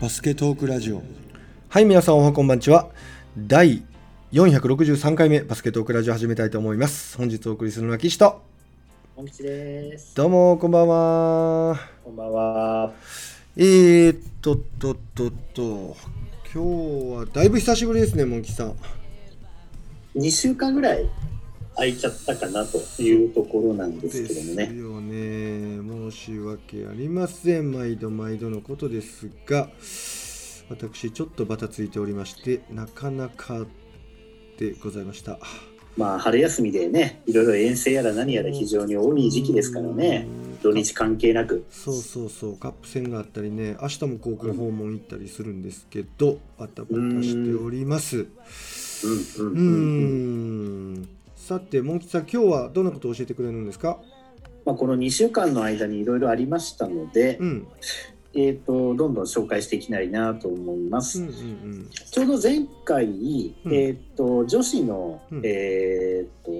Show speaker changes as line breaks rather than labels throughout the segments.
バスケトークラジオ
はい、皆さんおはこんばんちは。第463回目バスケットオクラジオ始めたいと思います。本日お送りするのは岸と。
本吉です。
どうも、こんばんは。
こんばんは。
えーっと、と、と、と、今日はだいぶ久しぶりですね、モンキさん。
2週間ぐらい空いちゃったかなというところなんですけどもね。
よね。申し訳ありません。毎度毎度のことですが、私、ちょっとバタついておりまして、なかなかでございました。
まあ春休みでね、いろいろ遠征やら何やら非常に多い時期ですからね。土日関係なく。
そうそうそうカップ戦があったりね明日も航空訪問行ったりするんですけどバタバタしております
う
う
んう
んん
うんうん。
さてモンキさん今日はどんなことを教えてくれるんですか
まあこの2週間の間にいろいろありましたので、
うん
えっとどんどん紹介していきたいなと思いま
う
す。
んうん
ちょうど前回、
うん
えっと女子の
うん
えっと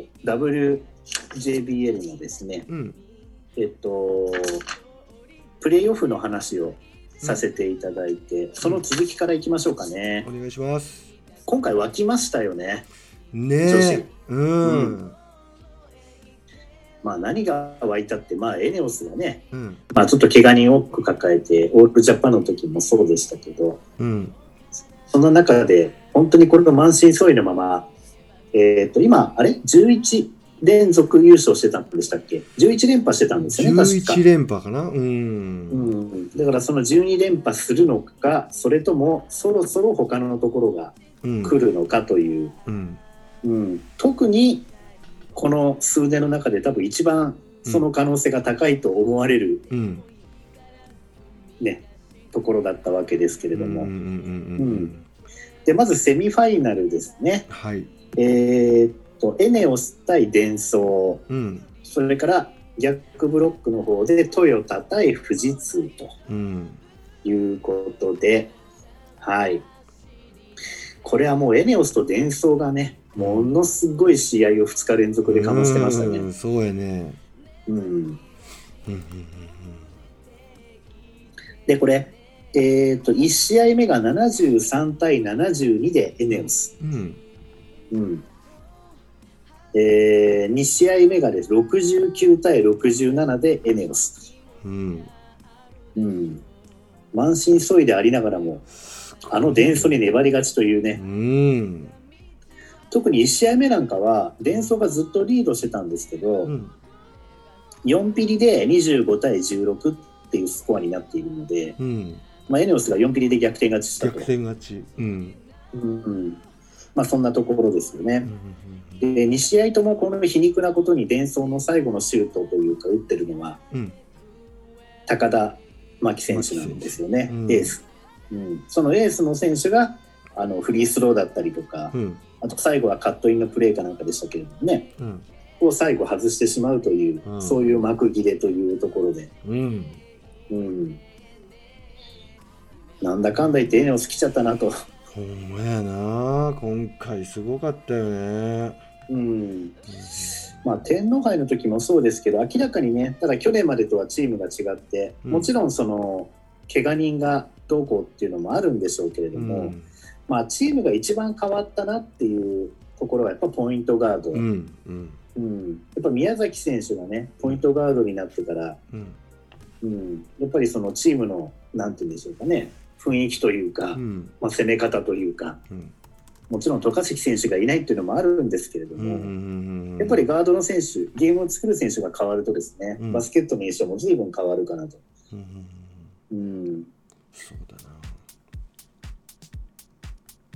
WJBL のですね。
うんうん
えっと、プレイオフの話をさせていただいて、その続きからいきましょうかね。
お願いします
今回沸きましたよね。
ね
女子
えうん
まあ、何が沸いたって、まあ、エネオスがね、
うん
まあ、ちょっと怪我人多く抱えて、オールジャパンの時もそうでしたけど、
うん
その中で、本当にこれが満身創痍のまま、えっと、今、あれ ?11 連続優勝してたんでしたっけ ?11 連覇してたんですよね、確か
11。連覇かなう
うんん、だからその12連覇するのかそれともそろそろ他のところが
うん
来るのかという、
うん
うん、特にこの数年の中で多分一番その可能性が高いと思われる、
うん
ねところだったわけですけれ
うんう
ど
ん
も、
うんうんうん
でまずセミファイナルですね、
はい
えーっとエネオス対デンソ
うん
ーそれから逆ブロックの方でトヨタ対富士通と
うん
いうことで、はい、これはもうエネオスとデンソーがねものすごい試合を2日連続でかましてましたね。
うんそうやね
うん、
うんうん
でこれ、えー、と1試合目が73対72でエネオス、
うんうん
うんえ2試合目がです69対67でエネオス、
うん、
うん、満身創痍でありながらもあのデンソーに粘り勝ちというね
うん、
特に1試合目なんかはデンソーがずっとリードしてたんですけど、
うん、
4ピリで25対16っていうスコアになっているので、
うん、
まあ、エネオスが4ピリで逆転勝ちした
逆
と。
転勝ち。うん、
うんまあ、そんなところですよ
う
ね。
ん
で2試合ともこの皮肉なことに伝送の最後のシュートというか打ってるのは
うん、
高田真希選手なんですよね、
うん
エース、うん。そのエースの選手があのフリースローだったりとか
う、ん、
あと最後はカットインのプレーかなんかでしたけれどもね、
うん、
を最後外してしまうという、
うん
そういう幕切れというところで、
うん、
うん、なんだかんだ言ってエネオス来ちゃったなと、
ほんまやな、今回すごかったよね。
うんまあ、天皇杯の時もそうですけど明らかにねただ去年までとはチームが違って、
うん
もちろんその怪我人がどうこうっていうのもあるんでしょうけれど
う
も、
ん、
まあ、チームが一番変わったなっていうところはやっぱポイントガード、
うん、うん、
うんやっぱ宮崎選手がねポイントガードになってから、
うん、
うん、やっぱりそのチームのなんて言うんでしょうかね雰囲気というか、
うん、
まあ、攻め方というか。
うん、
もちろん渡嘉敷選手がいないっていうのもあるんですけれど
う
も、
ん、
やっぱり、ガードの選手、ゲームを作る選手が変わるとですね、
うん
バスケットの印象も随分変わるかなと。
うん、
うん、
そうだな。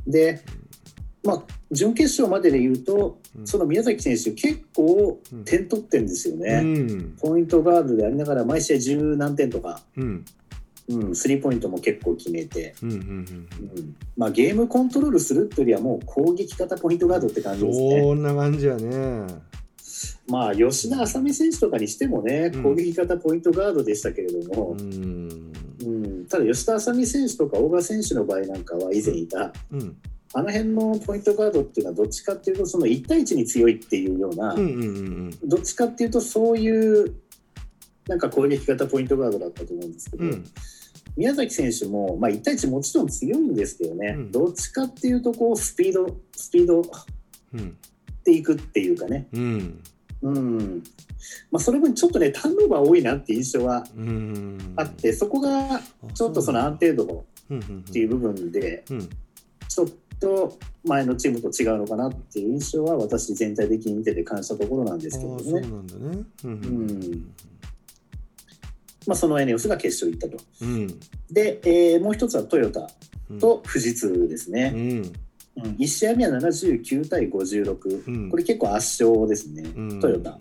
で、まあ、準決勝までで言うと、
うん
その宮崎選手、結構点取ってるんですよ
う
ね。
ん、
ポイントガードでありながら、毎試合十何点とか、
うん、
うん、スリーポイントも結構決めて、
うん、うん、
うんまあ、ゲームコントロールするというよりは、もう攻撃型ポイントガードって感じですね。
そんな感じやね。
まあ、吉田麻美選手とかにしてもね、
うん
攻撃型ポイントガードでしたけれども。
うん、
うん、ただ吉田麻美選手とか大賀選手の場合なんかは以前いた、
うん、
あの辺のポイントガードっていうのはどっちかっていうとその1対1に強いっていうような、
うん、うん、うん、
どっちかっていうとそういうなんか攻撃型ポイントガードだったと思うんですけど、
うん、
宮崎選手も、まあ、1対1もちろん強いんですけどね、
うん
どっちかっていうとこうスピードスピード
うん、
っていくっていうかね、
うん、
うんまあ、それ分ちょっとねターンオーバー多いなって印象は
うん、
あって、そこが
あ、
ちょっとその安定度
うん、うん、っ
っていう部分で
うん、
ちょっと前のチームと違うのかなっていう印象は私全体的に見てて感じたところなんですけ
あ
ど
あそう
ね、
なんだね。うん、
うんまあ、そのエネオスが決勝行ったと。
うん、
で、えーもう一つはトヨタ
うん、
と富士通ですね。
うん、
うん1試合目は79対56、
うん
これ結構圧勝ですね、
うん、
トヨタ。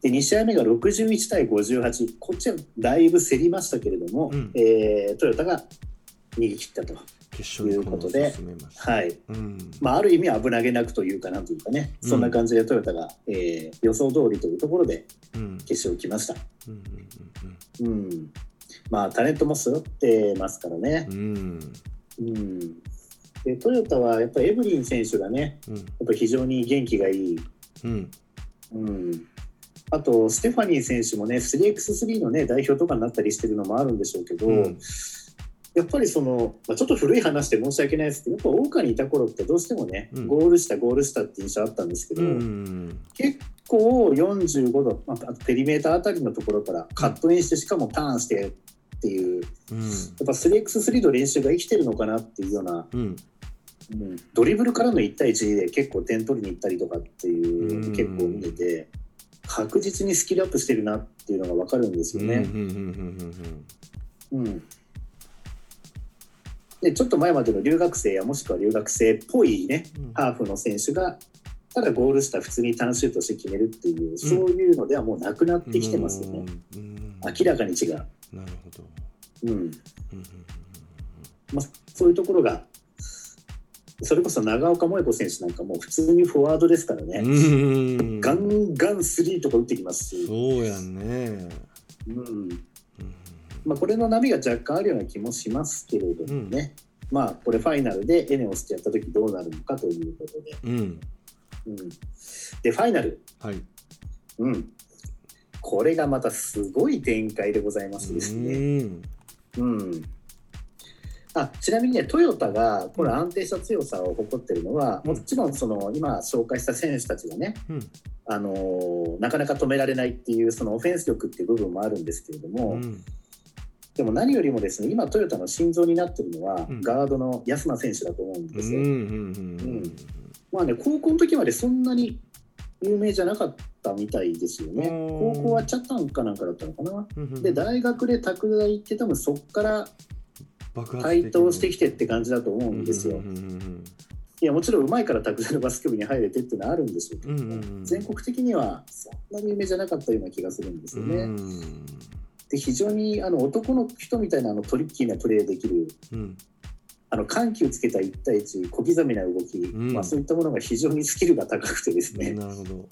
で、2試合目が61対58、こっちはだいぶ競りましたけれども、
うん
えートヨタが逃げ切ったと、
決勝に駒を進めました。
はい
うん、
まあ、ある意味危なげなくというか、なんというかね、
うん
そんな感じでトヨタが、えー予想通りというところで
うん、
決勝来ました。
うん、
うんまあ、タレントも揃ってますからね
うん、う、ん、
うんでトヨタはやっぱりエブリン選手がね、
うん、
やっぱ非常に元気がいい
うん、
うん、あと、ステファニー選手もね、3x3 の、ね、代表とかになったりしてるのもあるんでしょうけど、
うん
やっぱりその、まあ、ちょっと古い話で申し訳ないですけど、やっぱ大川にいた頃って、どうしてもね、
うん
ゴールした、ゴールしたって印象あったんですけど、
うん、
結構45度、まあ、あとペリメーターあたりのところからカットインして、しかもターンしてっていう、やっぱ 3x3 の練習が生きてるのかなっていうような、
うん、
うんドリブルからの1対1で結構点取りに行ったりとかっていう
うん
結構見てて確実にスキルアップしてるなっていうのが分かるんですよね。
うん、うん、うん、
うんでちょっと前までの留学生やもしくは留学生っぽいね
うん、
ハーフの選手がただゴールした普通に単シュートして決めるっていうそういうのではもうなくなってきてますよね。
うん。
明らかに違う、
なるほど。
うん
うん、
まあ、そういうところがそれこそ長岡萌子選手なんかもう普通にフォワードですからね。
うん、うん、
ガンガンスリーとか打ってきますし、
そうやんね。
うん
うん、
まあ、これの波が若干あるような気もしますけれどもね、まあこれファイナルでエネオスとやった時どうなるのかということで、
うん、
うん、でファイナル、
はい。
うん、これがまたすごい展開でございましてですね、
うん、
うん、あちなみにねトヨタがこの安定した強さを誇ってるのはもちろんその今紹介した選手たちがね
うん、
あのーなかなか止められないっていうそのオフェンス力っていう部分もあるんですけれども、
うん、
でも何よりもですね今トヨタの心臓になってるのは、
うん
ガードの安間選手だと思うん
う
ですよ、
ん、うん、
まあね高校の時までそんなに有名じゃなかったみたいですよね
うん
高校はチャタンかなんかだったのかな
うん、
で大学で拓大行って多分そこから
爆発的
台
に
頭してきてって感じだと思うんですよ、
うんうん
いやもちろん上手いから拓大のバスケ部に入れてっていうのはあるんでしょうけど、ね
うんうんうん
全国的にはそんなに有名じゃなかったような気がするんです
う
よ
ん
ね、
うん
で非常にあの男の人みたいなあのトリッキーなプレーできる
うん
あの緩急つけた1対1小刻みな動き、
うん
まあ、そういったものが非常にスキルが高くてですね、
なるほど。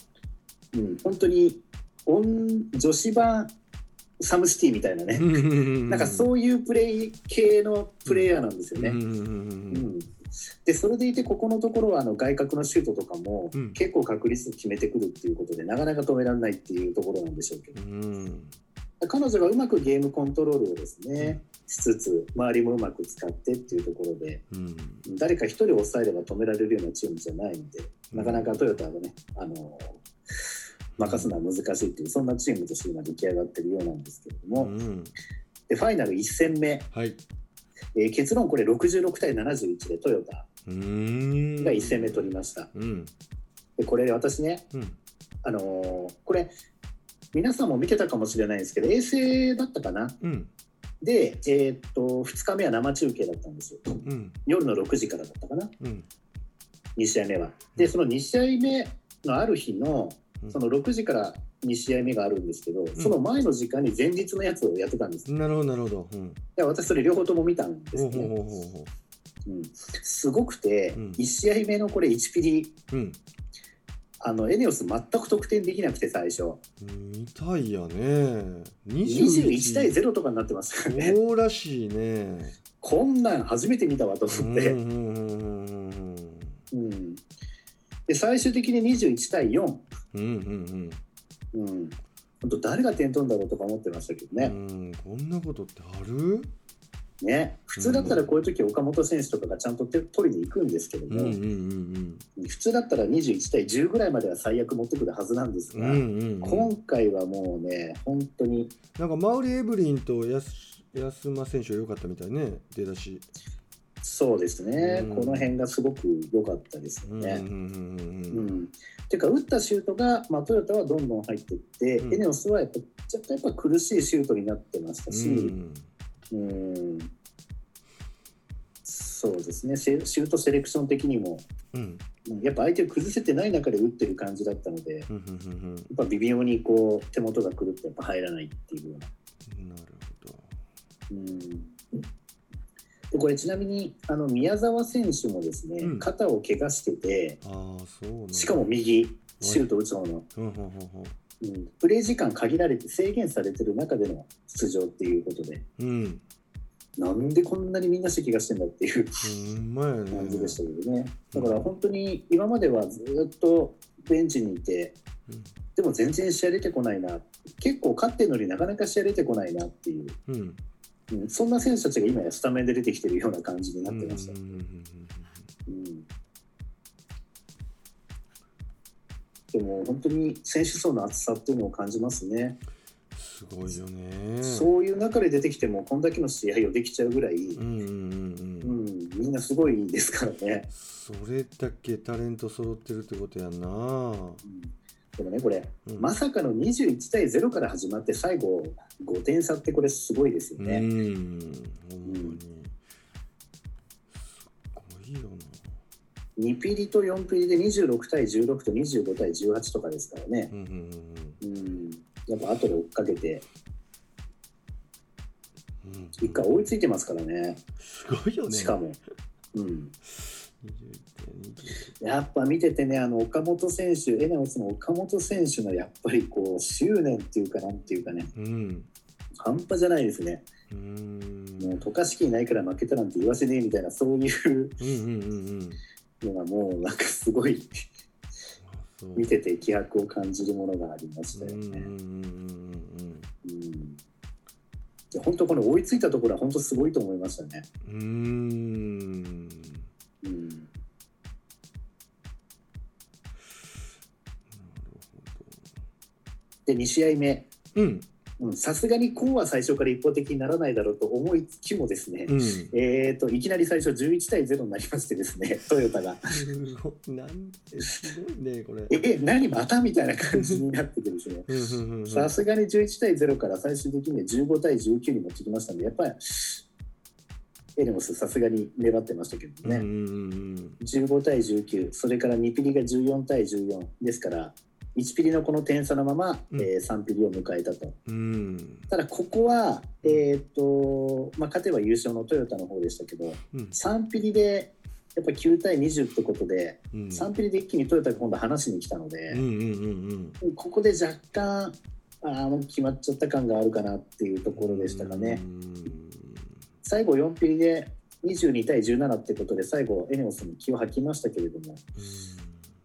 うん本当にオン女子版サムシティみたいなね、
な
なんかそういうプレイ系のプレイヤーなんですよね。
うん
うんでそれでいてここのところはあの外角のシュートとかも
うん
結構確率で決めてくるっていうことでなかなか止められないっていうところなんでしょうけど
うん
彼女がうまくゲームコントロールをです
う
ね
ん
しつつ周りもうまく使ってっていうところで
うん
誰か一人抑えれば止められるようなチームじゃないんで、なかなかトヨタがね、あの任すのは難しいっていう、そんなチームとして今出来上がってるようなんですけれども、
うん
でファイナル1戦目、え
はい。
ー結論、これ66対71でトヨタ
う
が
ん
1戦目取りました。
うん
でこれ、私ね、
うん
あのーこれ、皆さんも見てたかもしれないんですけど、衛星だったかな、
うん
で、えーっと2日目は生中継だったんですよ、
うん
夜の6時からだったかな、
うん
2試合目は。で、その2試合目のある日の
うん
その6時から2試合目があるんですけど、その前の時間に前日のやつをやってたんです。
なるほどなるほど。うん
で私、それ両方とも見たんです
ほう
け
ほう
ど、
ほうほうほ
うん、すごくて、
うん
1試合目のこれ1ピリ、
う。うん
あのエネオス全く得点できなくて最初、
見たいやね。
21対
ゼ
0とかになってますからね、
そうらしいね。
こんなん初めて見たわと
うん
思っ
う
て、
んうんうん
うん、で最終的に21対4、
うんうんうん
うん、本当誰が点取るんだろうとか思ってましたけど
う
ね。
ん、こんなことってある
ね。普通だったらこういう時岡本選手とかがちゃんと手取りに行くんですけど
うんうん
も、
うん
普通だったら21対10ぐらいまでは最悪持ってくるはずなんです
うん。う
が、
んうんうん。
今回はもうね、本当に、
なんかマウリ・エブリンとやす安間選手が良かったみたいね、出だし。
そうですね、
うん
この辺がすごく良かったですよ
うん
ね。
うんうんうん
う
うん。
ん、ていうか打ったシュートが、まあ、トヨタはどんどん入っていって、
うん
エネオスはやっぱ若干やっぱ苦しいシュートになってました
う
し、
ん
うん、そうですねセシュートセレクション的にも
うん
うんやっぱ相手を崩せてない中で打ってる感じだったのでや
うんうんうん
っぱ微妙にこう手元が狂ってやっぱ入らないっていうような。
うんなるほど。
うんでこれちなみにあの宮澤選手もですね、
うん
肩を怪我してて
ああ、そうなんだ
しかも右シュート打つ方の
うんうんうんうん
うんプレイ時間限られて制限されてる中での出場っていうことで、
うん。
なんでこんなにみんなして気がしてんだっていう
うん、まやね。
感じでしたけどね。だから本当に今まではずっとベンチにいて、でも全然試合出てこないな、結構勝ってるのになかなか試合出てこないなっていう、
うん。うん。
うんそんな選手たちが今やスタメンで出てきてるような感じになってました。
うんうんうんうん
うんでも本当に選手層の厚さっていうのを感じますね。
すごいよね。
そういう中で出てきても、こんだけの試合をできちゃうぐらい、
う
うん
うんうんうん。
ん、みんなすごいですからね。
それだけタレント揃ってるってことやんな。
うんでもね、これ、
うん
まさかの21対0から始まって、最後、5点差って、これ、すごいですよ
う
ね。
ん、ほんまに。すごいよな。
2ピリと4ピリで26対16と25対18とかですからね
う。んうんうん
うん、やっぱ後で追っかけて、
うんうん。
一回追いついてますからね、
すごいよね。
しかも。うん、
21点21
やっぱ見ててね、あの岡本選手、エネオスの岡本選手のやっぱりこう執念っていうか、なんていうかね、
うん。
半端じゃないですね、
うーん。
もう渡嘉敷いないから負けたなんて言わせねえみたいな、そういう
うんうんうんうん。
のがもうなんかすごい
あそう
見てて気迫を感じるものがありましたよ
うんうん
ね。
うんうん
うんで本当この追いついたところは本当すごいと思いましたね。
うんうん。うーん。
うん、
なるほ
で2試合目
ど。うん。
うんさすがにこうは最初から一方的にならないだろうと思いつきもですね、
うん。
えー、といきなり最初11対0になりましてですね トヨタが
すごい。なんで、すごいね、これ。
「え何また?」みたいな感じになっててですね
うんうんうんうん
さすがに11対0から最終的には15対19に持ってきましたので、やっぱりエレモス、さすがに粘ってましたけどね、
うんうんうん
15対19、それから2ピリが14対14ですから、1ピリのこの点差のまま、
うん
えー3ピリを迎えたと、
うん。
ただここは、えーとまあ、勝てば優勝のトヨタの方でしたけど、
うん。
3ピリでやっぱ9対20ってことで、
うん。
3ピリで一気にトヨタが今度話しに来たので。
うんうんうんうん。
ここで若干あーもう決まっちゃった感があるかなっていうところでしたかね、
うん。
最後4ピリで22対17ってことで最後エネオスに気を吐きましたけれども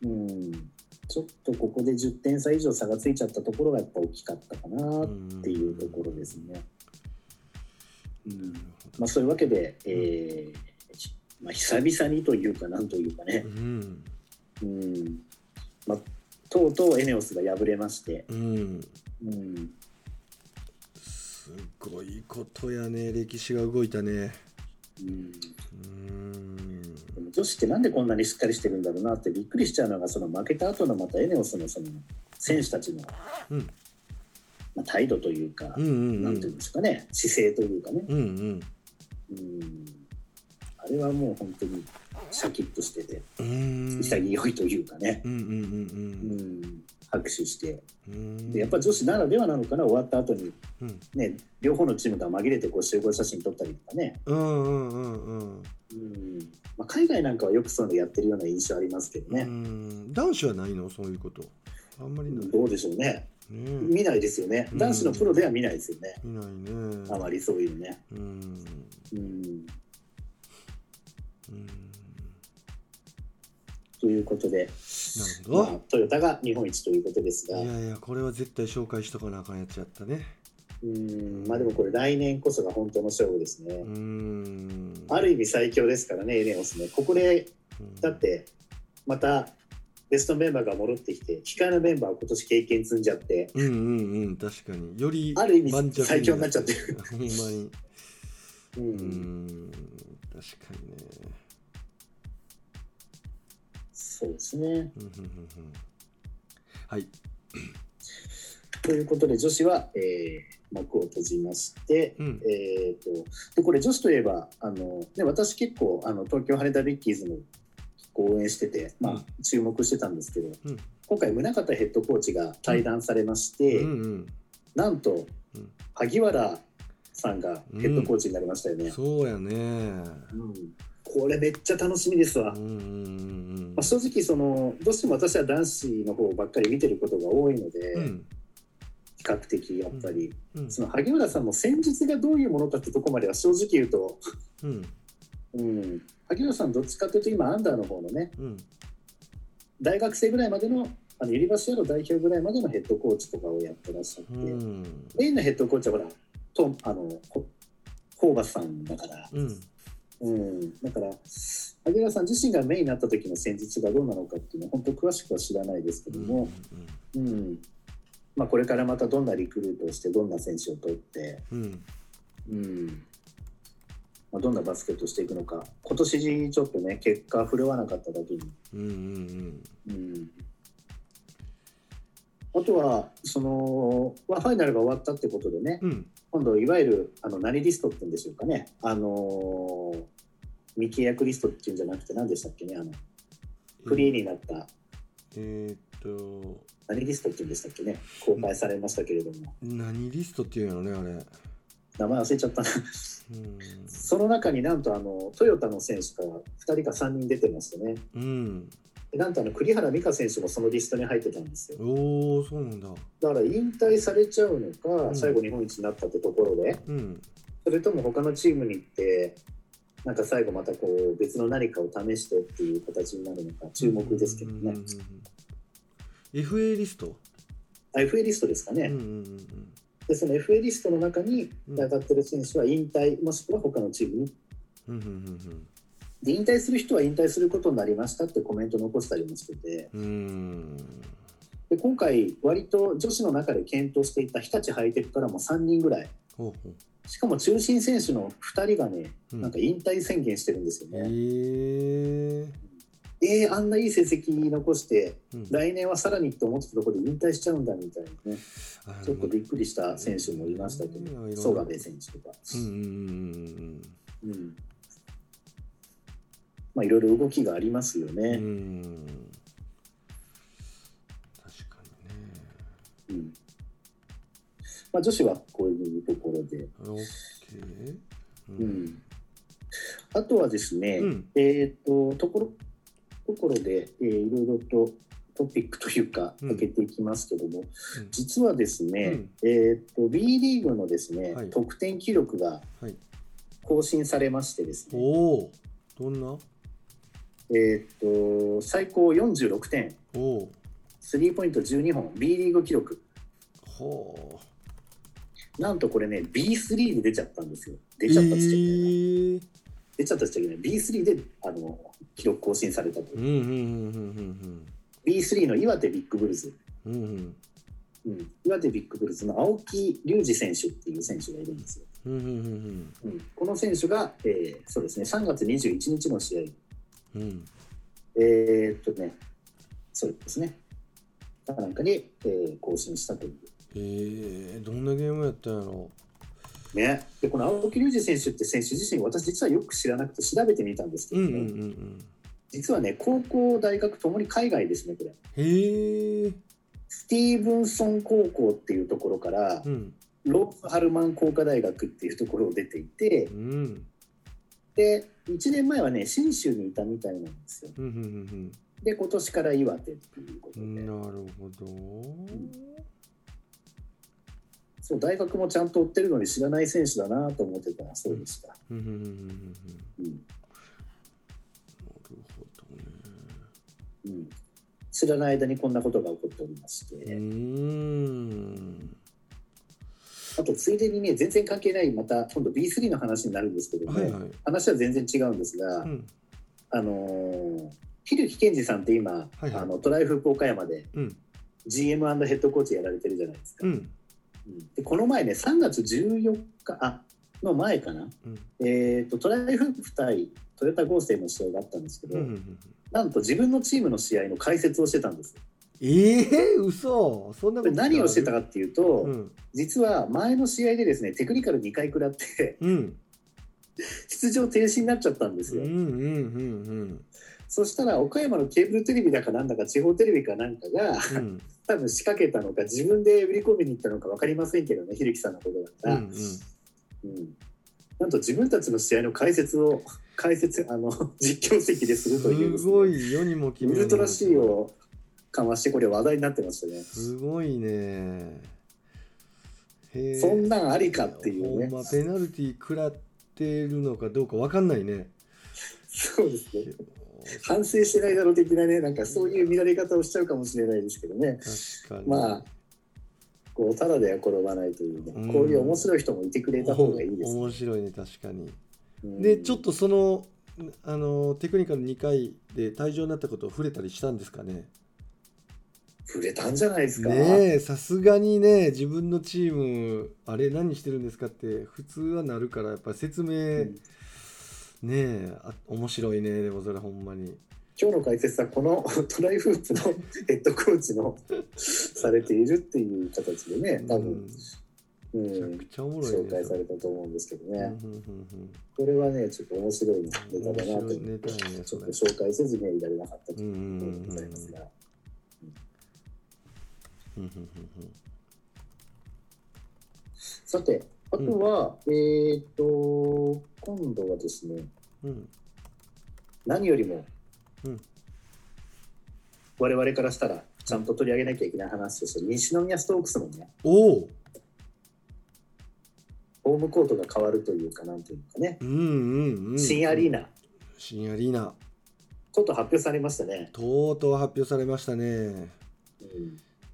うんちょっとここで10点差以上差がついちゃったところがやっぱ大きかったかなっ
って
いうところです。ね、うんまあ、
そ
そういうわけで、えーまあ、久々にというかなんというかね
う、ん。
うんまあ、とうとうエネオスが敗れまして、
うん。
うん、
すごいことやね、歴史が動いたね。
うん
うん。
でも女子ってなんでこんなにしっかりしてるんだろうなってびっくりしちゃうのがその負けた後のまたエネオスのその選手たちの、
うん
まあ、態度というか、
うんうんう
なん
ん
ていうんですかね姿勢というかね、
うんうん
うん、あれはもう本当にシャキッとしてて
うん
潔いというかね、
うんうん
うん
うん
拍手して
うん
でやっぱ女子ならではなのかな終わった後に
うん
ね両方のチームが紛れてこう集合写真撮ったりとかね、
うんうんうんうん
うんまあ、海外なんかはよくそういうのやってるような印象ありますけどね、
うん男子はないのそういうことあんまりない
どうでしょうね
ね
見ないですよね
うん
男子のプロでは見ないですよね、
見ないね
あまりそういうね、
うん
うん、
うん
ということ
な
で、
る
まあ
ほ、
トヨタが日本一ということですが
ど。い、やいや、これは絶対紹介しとかなあかんやつやったね。
うん、まあでもこれ来年こそが本当の勝負ですね。
うーん。
ある意味最強ですからね、エネオスね。ここで、
うん
だって、また、ベストメンバーが戻ってきて、控えのメンバーを今年経験積んじゃって、
うんうんうん、確かに。より
ある意味
盤石
最強になっちゃってる。
ほんまに。う
う、
んん、確かにね。
そうですね。
うんうんうんうんはい。
ということで、女子は、えー幕を閉じまして、
うん
えーとでこれ、女子といえば、あので私、結構あの、東京羽田ビッキーズも結構応援してて、ま
う
あ、注目してたんですけど、
うん
今回、宗像ヘッドコーチが対談されまして、
うんうん。
なんと
うん、
萩原さんがヘッドコーチになりましたよね。
そうやね。
うんこれめっちゃ楽しみですわ。
うんうんうんうん
まあ、正直そのどうしても私は男子の方ばっかり見てることが多いので、
うん
比較的やっぱり、
うん
その萩原さんの戦術がどういうものかってとこまでは正直言うと、
うん
うん、萩原さんどっちかというと今アンダーの方のね
うん
大学生ぐらいまでのあのユニバーシアの代表ぐらいまでのヘッドコーチとかをやってらっしゃって、
うん
メインのヘッドコーチはほらトンあのホホーバスさんだから。
うん
うん、だから、萩原さん自身がメインになった時の戦術がどうなのかっていうのは、本当詳しくは知らないですけども、うんまあ、これからまたどんなリクルートをして、どんな選手を取って、
うん
うんまあ、どんなバスケットをしていくのか、今年ちょっとね、結果振るわなかっただけに。
うんうん
うんあとは、その、まあファイナルが終わったってことでね、
うん
今度いわゆるあの何リストって言うんでしょうかねあのー未契約リストっていうんじゃなくて何でしたっけねあのフリーになった
えーっと
何リストっていうんでしたっけね公開されましたけれども
何リストっていうんやろね
名前忘れちゃったな
あれうん
その中になんとあのトヨタの選手から2人か3人出てましたね
うん
でなんとあの栗原美香選手もそのリストに入ってたんですよ
おおそうなんだ
だから引退されちゃうのか、
うん
最後日本一になったってところで
うん
それとも他のチームに行ってなんか最後またこう別の何かを試してっていう形になるのか注目ですけど
うん
ね
うんうんうん FA リスト
あ FA リストですかね、
うんうんうん
でその FA リストの中に
うん
上がってる選手は引退もしくは他のチームに
うんうん
で引退する人は引退することになりましたってコメント残したりもしてて
うんうん
で今回割と女子の中で検討していた日立ハイテクからも3人ぐらい
ほうほう
しかも中心選手の2人がね
う
なんか引退宣言してるんですよ
え
ね、
ー
えーあんないい成績残して
うん
来年はさらにと思ってたところで引退しちゃうんだみたいなね、
あ
ちょっとびっくりした選手もいましたけ
うんいろい
ど、
ろ
曽我部選手とか、
うんうんうん
うんまあ、いろいろ動きがありますよ
うんうんう
ね。
ん確かにね
うんまあ、女子はこういうところで、
オッケーう
うんあとはですね、
うん
えっ、と、ところところで、えーいろいろとトピックというか、
うん
開けていきますけども、実はですね、えっ、と、B リーグのですね、
はい
得点記録が
はい
更新されましてですね、
おおどんな
えーっと最高46点、
おお
スリーポイント12本、B リーグ記録、
ほう
なんとこれね、B3 で出ちゃったんですよ。
え
出ちゃったっつっちゃいけない、
ー
出ちゃったっつっちゃいけない、B3 であの記録更新されたと、
うんうんうんうん
B3 の岩手ビッグブルズ、
うんうんうん
うん、岩手ビッグブルズの青木隆二選手っていう選手がいるんですよ。
うんうんうん
うん、この選手が、えーそうですね、3月21日の試
う
合、
んうん
えーっとね、そうですね、なんかに、えー更新したという。
えー、どんなゲームやったんやろ
ね、でこの青木隆二選手って選手自身私実はよく知らなくて調べてみたんですけ
う
ど
ん
も、
うんうんうん
実はね高校大学ともに海外ですねこれ
へえ
スティーブンソン高校っていうところから、
うん
ローズ・ハルマン工科大学っていうところを出ていて
うん
で1年前はね信州にいたみたいなんですよ
うんうんうん
で今年から岩手っていうこと
う
で、
んなるほど
そう大学もちゃんと追ってるのに知らない選手だなと思ってたらそうでした、
うんうんうんうんうん
うん
なるほどね。
うん、知らない間にこんなことが起こっておりまして、
うーん。
あとついでにね全然関係ないまた今度 B3 の話になるんですけども、
はいはい。
話は全然違うんですが、
うん。
あのー、ひるきけんじさんって今、
はいはい
あのトライフ岡山で
うん。
GM& ヘッドコーチやられてるじゃないですか、
うん。
うんでこの前ね3月14日あの前かな、
うん。
えー、とトライフープ対トヨタ合成の試合があったんですけ
う
ど、
んうんうん
なんと自分のチームの試合の解説をしてたんです
ええ嘘そんな
で
こと
何をしてたかっていうと、
うん。
実は前の試合でですねテクニカル2回食らって
うん。
出場停止になっちゃったんで
う
す
ん
よ、
うんうんうん。
そしたら岡山のケーブルテレビだかなんだか地方テレビかなんかが
う ん。
多分仕掛けたのか自分で売り込みに行ったのか分かりませんけどねひるきさんのこと
う
だから、
んうん。
うんなんと自分たちの試合の解説を 解説あの 実況席でするというですすね、
ごい世にも奇妙
ウ
な
ルトラ C をかましてこれ話題になってましたね
すごいねへえ
そんなんありかっていうね
ほんまペナルティ食らってるのかどうかわかんないね
そうですね反省してないだろう的なねなんかそういう見られ方をしちゃうかもしれないですけどね
確かに
まあこうただでは転ばないというね、
うん
こういう面白い人もいてくれた方がいいですね、
面白いね確かに
うん
でちょっとそのあのテクニカル2回で退場になったことを触れたりしたんですかね
触れたんじゃないですか、
ねえさすがにね自分のチームあれ何してるんですかって普通はなるからやっぱ説
うん
明、ねえあ面白いねでもそれほんまに
今日の解説はこの トライフープのヘッドコーチのされているっていう形でね多
うん
分、うん
めちゃくちゃおもろいね
紹介されたと思うんですけどね、
うんうんうん
これはねちょっと面白いネタだなと
面白いネタやね
ちょっと
そ
紹介せずにはいられなかったと
うんう
い
んうんう
うこ
ん
とでございますが、
うんうんうん
さてあとは、えっ、と今度はですね
うんうん
何よりも、
うん
我々からしたらちゃんと取り上げなきゃいけない話として西宮ストークスのね
おお
ホームコートが変わるというかなんというかね、
うんうんうん
新アリーナ
新アリーナ
ちょっと発表されましたね、
とうとう発表されましたね
う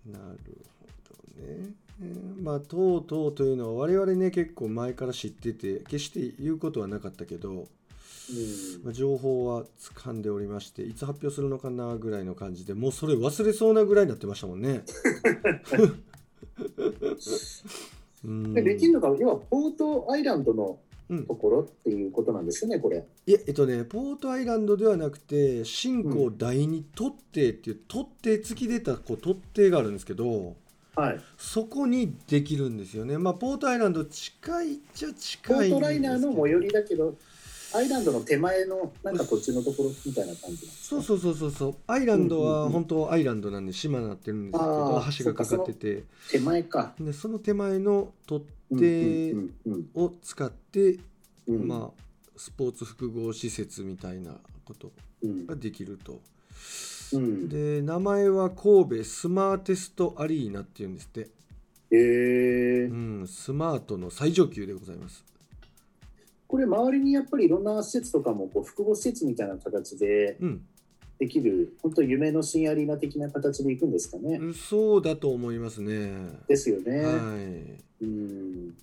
ん
なるほどねえーまあとうとうというのは我々ね結構前から知ってて決して言うことはなかったけど、まあ、情報は掴んでおりましていつ発表するのかなぐらいの感じでもうそれ忘れそうなぐらいになってましたもんねうん
でできるのが要はポートアイランドの
うん
ところっていうことなんですよねこれ
いやえっとねポートアイランドではなくて新興第二取ってっていう取って突き出たこう取ってがあるんですけど
はい
そこにできるんですよねまあポートアイランド近いっちゃ
ポ
近い
ー
んですけど
トライナーの最寄りだけどアイランドの手前のなんかこっちのところみたいな感じなんです
そう
か
そうそうそうそうアイランド
うんうん
は
うん
本当アイランドなんで島になってるんですけど
あー
橋がかかってて
手前か
でその手前の取っ
うん
手
うんうん
を使って
うん
まあスポーツ複合施設みたいなこと
うん
ができると。
うん
で名前は神戸スマーテストアリーナっていうんですって、
へえ
うん、スマートの最上級でございます
これ周りにやっぱりいろんな施設とかもこう複合施設みたいな形で
うん
できる本当夢の新アリーナ的な形でいくんですかね、
そうだと思いますね
ですよね、
はい
うん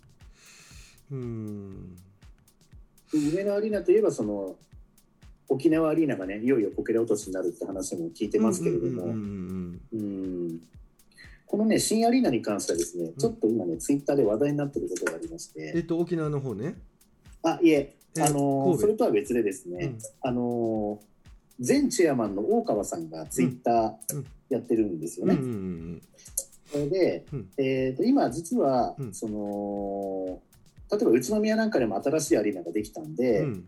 うん
夢のアリーナといえばその沖縄アリーナがねいよいよこけら落としになるって話も聞いてますけれども、
うんうんうん
うんこのね新アリーナに関してはですね、
ん
ちょっと今ねツイッターで話題になってることがありまし
うんえってと沖縄の方ね
あいえ
え
あの
神戸
ーそれとは別でですね、
うん
あのー前チェアマンの大川さんがツイッター
うん
やってるんですよ
うん
ね。
うんうん
それで、
うん
えー、と今実は、
うん
その例えば宇都宮なんかでも新しいアリーナができたんで、
うん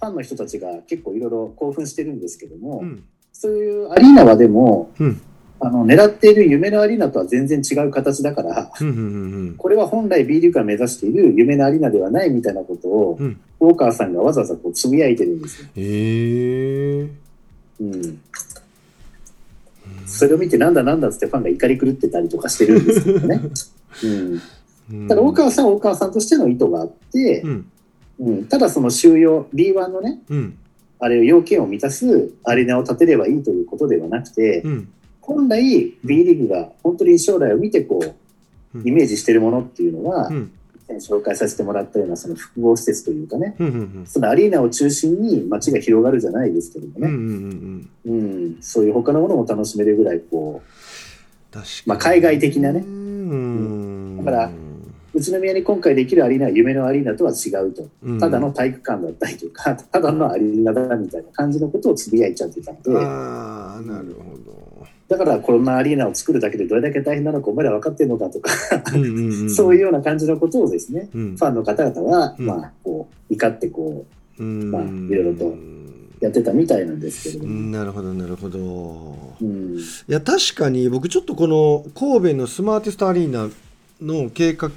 ファンの人たちが結構いろいろ興奮してるんですけども、
うん
そういうアリーナはでも、
うん
あの狙っている夢のアリーナとは全然違う形だから
うんうんうん
これは本来 B リーグが目指している夢のアリーナではないみたいなことを、
うん
ウォーカーさんがわざわざこうつぶやいてるんですよ。
へえ
うんそれを見てなんだなんだっつってファンが怒り狂ってたりとかしてるんですけ どね。うん、ただ大川さんは大川さんとしての意図があって、
うん
うんただその収容 B1 のね
うん
ああれを要件を満たすアリーナを建てればいいということではなくて、
うん
本来 B リーグが本当に将来を見てこう
うん
イメージしてるものっていうのは、
うん
紹介させてもらったようなその複合施設というかね
うんうん
そのアリーナを中心に街が広がるじゃないですけども
うんうんうん
ね、
うん
うんそういう他のものも楽しめるぐらいこ
確かに
まあ海外的なね
うん
だからう宇都宮に今回できるアリーナは夢のアリーナとは違うと
うん
ただの体育館だったりとかただのアリーナだみたいな感じのことをつぶやいちゃってたんで
ああなるほ ど
だからこんなアリーナを作るだけでどれだけ大変なのかお前ら分かってんのかとか、
うんうんうん
そういうような感じのことをですね
うん
ファンの方々は、
うん
まあこう怒ってこ
うん
まあいろいろとうやってたみたいなんですけれど
う
も、
んなるほどなるほど
う
い
ん
や確かに僕ちょっとこの神戸のスマーティストアリーナの計画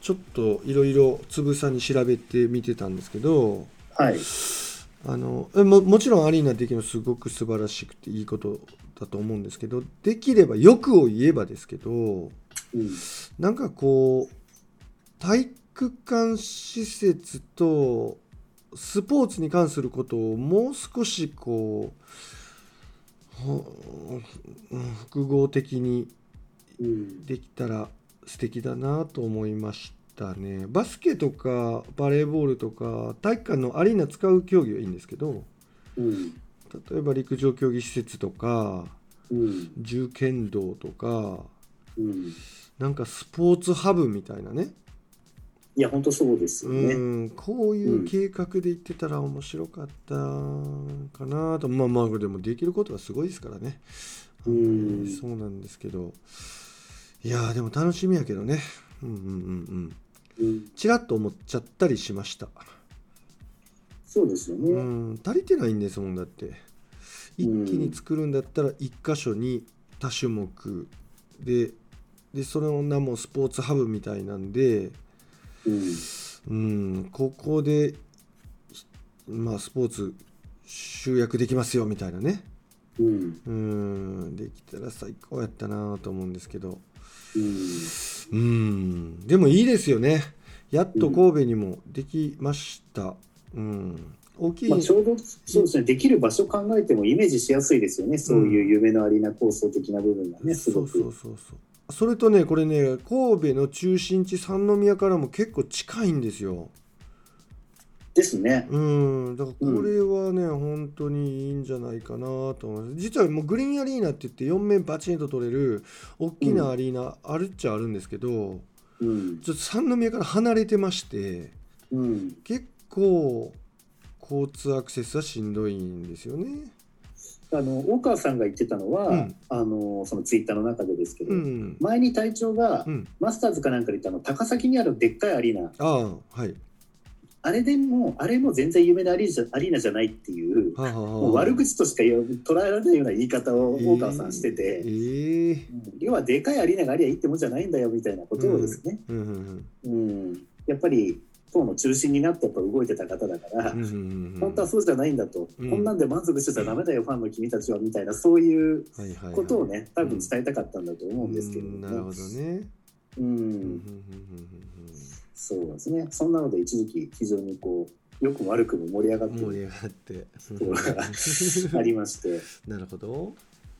ちょっといろいろつぶさに調べてみてたんですけど
はい、
あのえももちろんアリーナできるのすごく素晴らしくていいことだと思うんですけどできれば欲を言えばですけど
うん
なんかこう体育館施設とスポーツに関することをもう少しこうほうん複合的に
うん
できたら素敵だなと思いましたねバスケとかバレーボールとか体育館のアリーナ使う競技はいいんですけど
うん
例えば陸上競技施設とか
うん
銃剣道とか
うん
なんかスポーツハブみたいなね
いや本当そうですよね。
うんこういう計画で行ってたら面白かったかなと、まあまあでもできることはすごいですからね、
うん
そうなんですけどいやーでも楽しみやけどねうんうんうんうん
うん
ちらっと思っちゃったりしました、
そうですよね。
うん足りてないんですもんだって一気に作るんだったら一箇所に多種目ででその名もスポーツハブみたいなんで
うん
うん、ここで、ひまあ、スポーツ集約できますよみたいなね、
うん
うん、できたら最高やったなと思うんですけど、
うん
うん、でもいいですよね、やっと神戸にもできました。うん、大きい、
まあ、ちょうどそうですねできる場所考えてもイメージしやすいですよね、そういう夢のアリーナ構想的な部分がねす
そ
ご
う
く
そうそうそう。それとね、これね、神戸の中心地、三宮からも結構近いんですよ。
ですね。
うん、だからこれはね、本当にいいんじゃないかなと思います。実はもうグリーンアリーナって言って4面バチンと取れる大きなアリーナあるっちゃあるんですけど、
うん
ちょっと三宮から離れてまして
うん、
結構交通アクセスはしんどいんですよね。
あの大川さんが言ってたのは、
うん
あのそのツイッターの中でですけど、
うん、
前に隊長が、
うん、
マスターズかなんかで言ったあの高崎にあるでっかいアリーナ
ああはい。
あれでもあれも全然夢のアリーナじゃアリーナじゃないっていう
はあはあはあ
もう悪口としか言う捉えられないような言い方を大川さんしてて、
ええ
うん要はでかいアリーナがありゃいいってもんじゃないんだよみたいなことをですね、
うんうん
うんやっぱり党の中心になってやっぱ動いてた方だから、
うんうんうんうん
本当はそうじゃないんだと、
うん
こんなんで満足してちゃダメだよ、ファンの君たちはみたいなそういう
はいはいはい
ことをね多分伝えたかったんだと思うんですけれど
うん
も、
なるほどね。
う
うんんうんうんうんうん
そうなんですねそんなので一時期非常にこう良くも悪くも盛り上がって
盛り
る
上がって
ところがありまして、
なるほど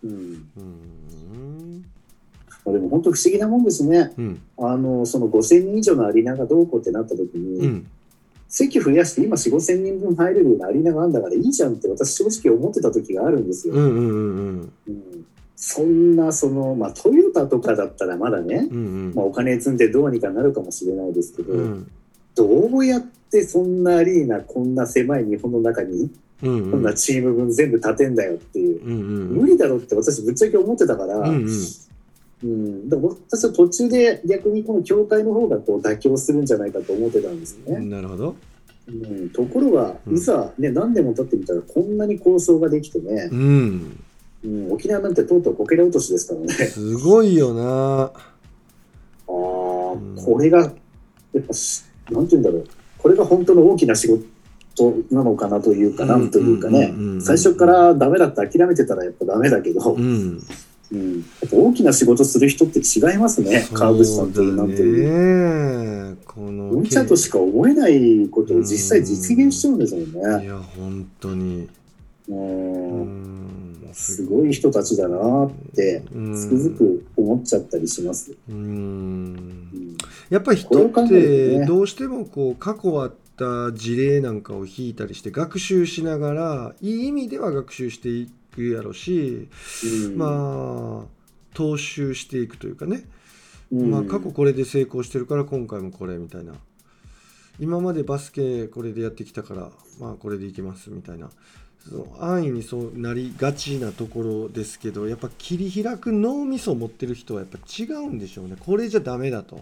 うん、
うん
まあでも本当不思議なもんですね
うん
あのその5000人以上のアリーナがどうこうってなった時に、
うん
席増やして今4 5 0 0人分入れるようなアリーナがあるんだからいいじゃんって私正直思ってた時があるんですよ、
うんうんうん
うんそんなその、まあ、トヨタとかだったらまだね、
うん
まあ、お金積んでどうにかなるかもしれないですけど、
うん
どうやってそんなアリーナこんな狭い日本の中に
うんうん
こんなチーム分全部立てんだよっていう、
うんうん
無理だろって私ぶっちゃけ思ってたから、
うんうん
うん、でも私は途中で逆にこの協会の方がこう妥協するんじゃないかと思ってたんですよね。
なるほど
うん、ところが
うん
いざ、ね何年も経ってみたらこんなに構想ができてね
う、ん
うん、沖縄なんてとうとうこけら落としですからね
すごいよな
ああこれがやっぱしなんて言うんだろうこれが本当の大きな仕事なのかなというか
うん
なんというか
う
ね
んうんうん
最初からダメだって諦めてたらやっぱダメだけど、
うん
うん、やっぱ大きな仕事する人って違いますね川口さんと
そ
いうう
だ
なんていう。
ねこの
お茶としか思えないことを実際実現しちゃうんですもんね。
いや本当に
う
うんん
すごい人たちだなってつくづく思っちゃったりします。
う
うんん
やっぱり
これ
人
を考
っ
えると
て
ね
どうしてもこう過去あった事例なんかを引いたりして学習しながらいい意味では学習していくやろしまあ踏襲していくというかね
うん
まあ過去これで成功してるから今回もこれみたいな今までバスケこれでやってきたからまあこれでいけますみたいなその安易にそうなりがちなところですけどやっぱ切り開く脳みそを持ってる人はやっぱ違うんでしょうねこれじゃダメだと。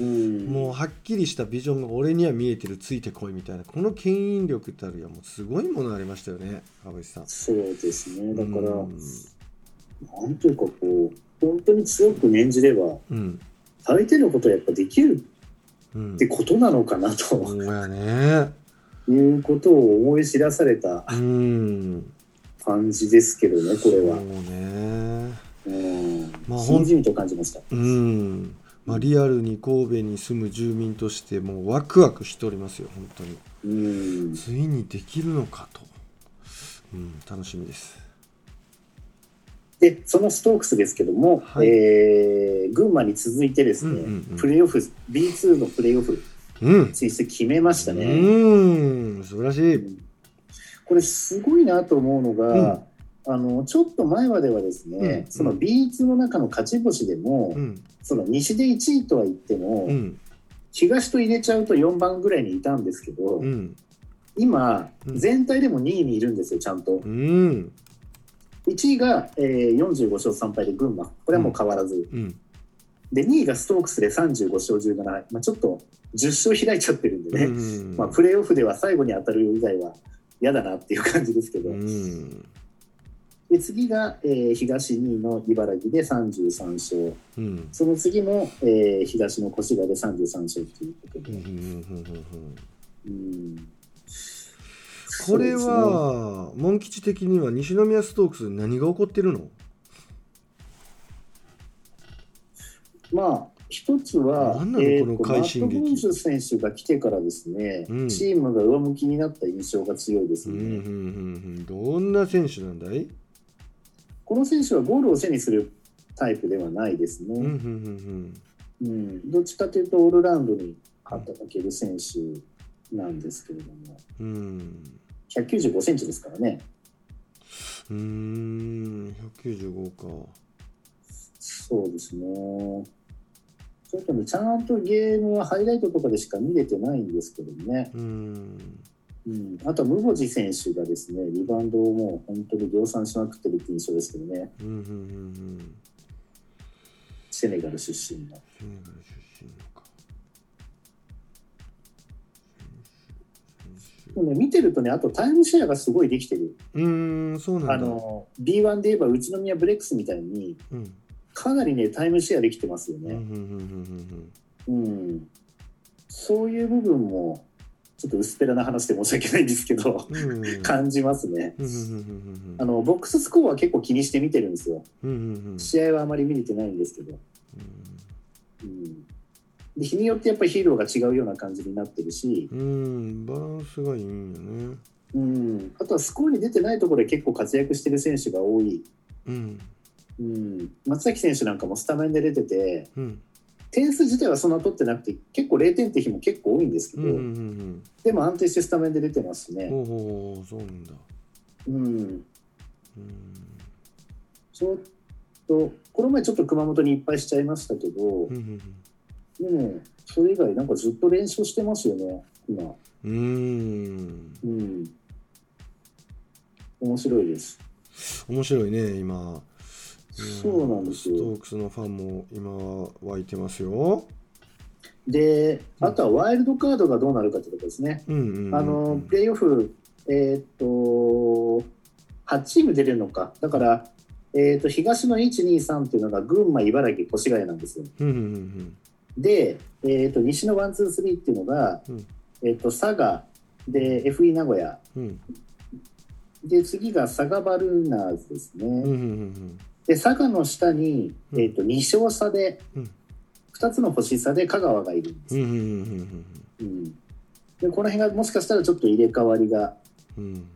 うん
もうはっきりしたビジョンが俺には見えてるついてこいみたいなこの牽引力たるやもうすごいものありましたよね川淵さん。
そうですねだから、
うん
なんというかこう本当に強く念じれば
うん
ある程度のことはやっぱできる
うん
ってことなのかな
そ
と
うやね。
いうことを思い知らされた
うん。
感じですけどねこれは
そう。ね。
うん
まあ
しみじみと感じました。
うん。まあリアルに神戸に住む住民としてもうワクワクしておりますよ本当に。
うん
ついにできるのかと。うん楽しみです。
でそのストークスですけども、
はい
えー群馬に続いてですね、
うんうんうん
プレーオフ B2 のプレーオフ
うん。
進出決めましたね、
うん素晴らしい。
これすごいなと思うのが、あのちょっと前まではですね、
うん
その B2 の中の勝ち星でも、
うん
その西で1位とは言っても、
うん
東と入れちゃうと4番ぐらいにいたんですけど、
うん
今
うん
全体でも2位にいるんですよちゃんと
うん
1位が、えー45勝3敗で群馬これはもう変わらず、
うん。
で2位がストークスで35勝17敗、まあ、ちょっと10勝開いちゃってるんでね、
うん
まあ、プレーオフでは最後に当たる以外は嫌だなっていう感じですけど、
うん
で次が、えー東2位の茨城で33勝
うん
その次も、えー東の越谷で33勝ということ
うんう
で、
んうんうんうん
うん
これは、モン吉的には西宮ストークスで何が起こってるの
まあ一つは
なんなの
えー
この
と
快進撃
マット・ボンジュ選手が来てからですね、
うん
チームが上向きになった印象が強いです
うん
ね、
うんうんうんどんな選手なんだい
この選手はゴールを背にするタイプではないです
うんうん
ね、
うん
うんどっちかというとオールラウンドに働ける選手なんですけれども
うんうん
195センチですからね
うーん195か
そうですねちょっとねちゃんとゲームはハイライトとかでしか見れてないんですけどね、
うん
うん、あとはムボジ選手がですねリバウンドをもう本当に量産しまくってるって印象ですけどね
うんうんうんうん
セネガル出身の
セネガル出身のか選手
でもね見てるとねあとタイムシェアがすごいできてる
うーんそうなんだ
あの B1 で言えば宇都宮ブレックスみたいに
うん
かなりねタイムシェアできてますよ
うんうんうん
ね、
うん
うんそういう部分もちょっと薄っぺらな話で申し訳ないんですけど、
うんうんうん
感じますね、
うんうんうん
あのボックススコアは結構気にして見てるんですよ
うんうん
試合はあまり見れてないんですけど、うん、で日によってやっぱりヒーローが違うような感じになってるし、
うんうんバランスがいいんよね
うん、あとはスコアに出てないところで結構活躍してる選手が多い、
うん
うん、松崎選手なんかもスタメンで出てて
うん
点数自体はそんな取ってなくて結構0点って日も結構多いんですけ
う
ど、
んうんうん
でも安定してスタメンで出てますし
うん
ね、
ほうほうほうそうなんだ
うん、
うん
ちょっとこの前ちょっと熊本にいっぱいしちゃいましたけど
う、ん
でもそれ以外なんかずっと連勝してますよね今、
うんうん
うん、面白いです。
面白いね今
そうなんです
スト
よ
ークスのファンも今湧いてますよ
であとはワイルドカードがどうなるかってことですね。
うんうんうん
あのプレーオフ、えーっと8チーム出れるのか、だから、えーっと東の1、2、3っていうのが群馬、茨城、越谷なんですよ。
うんうんうん
で、えーっと西の1、2、3っていうのが、
うん
えーっと佐賀で FE 名古屋、
うん
で次が佐賀バルーナーズですね。
うんうんうん
で、佐賀の下に、えーっと2勝差で、
うん
2つの星差で香川がいるんです。
うんうんうんうん
うんでこの辺がもしかしたらちょっと入れ替わりが
うんうん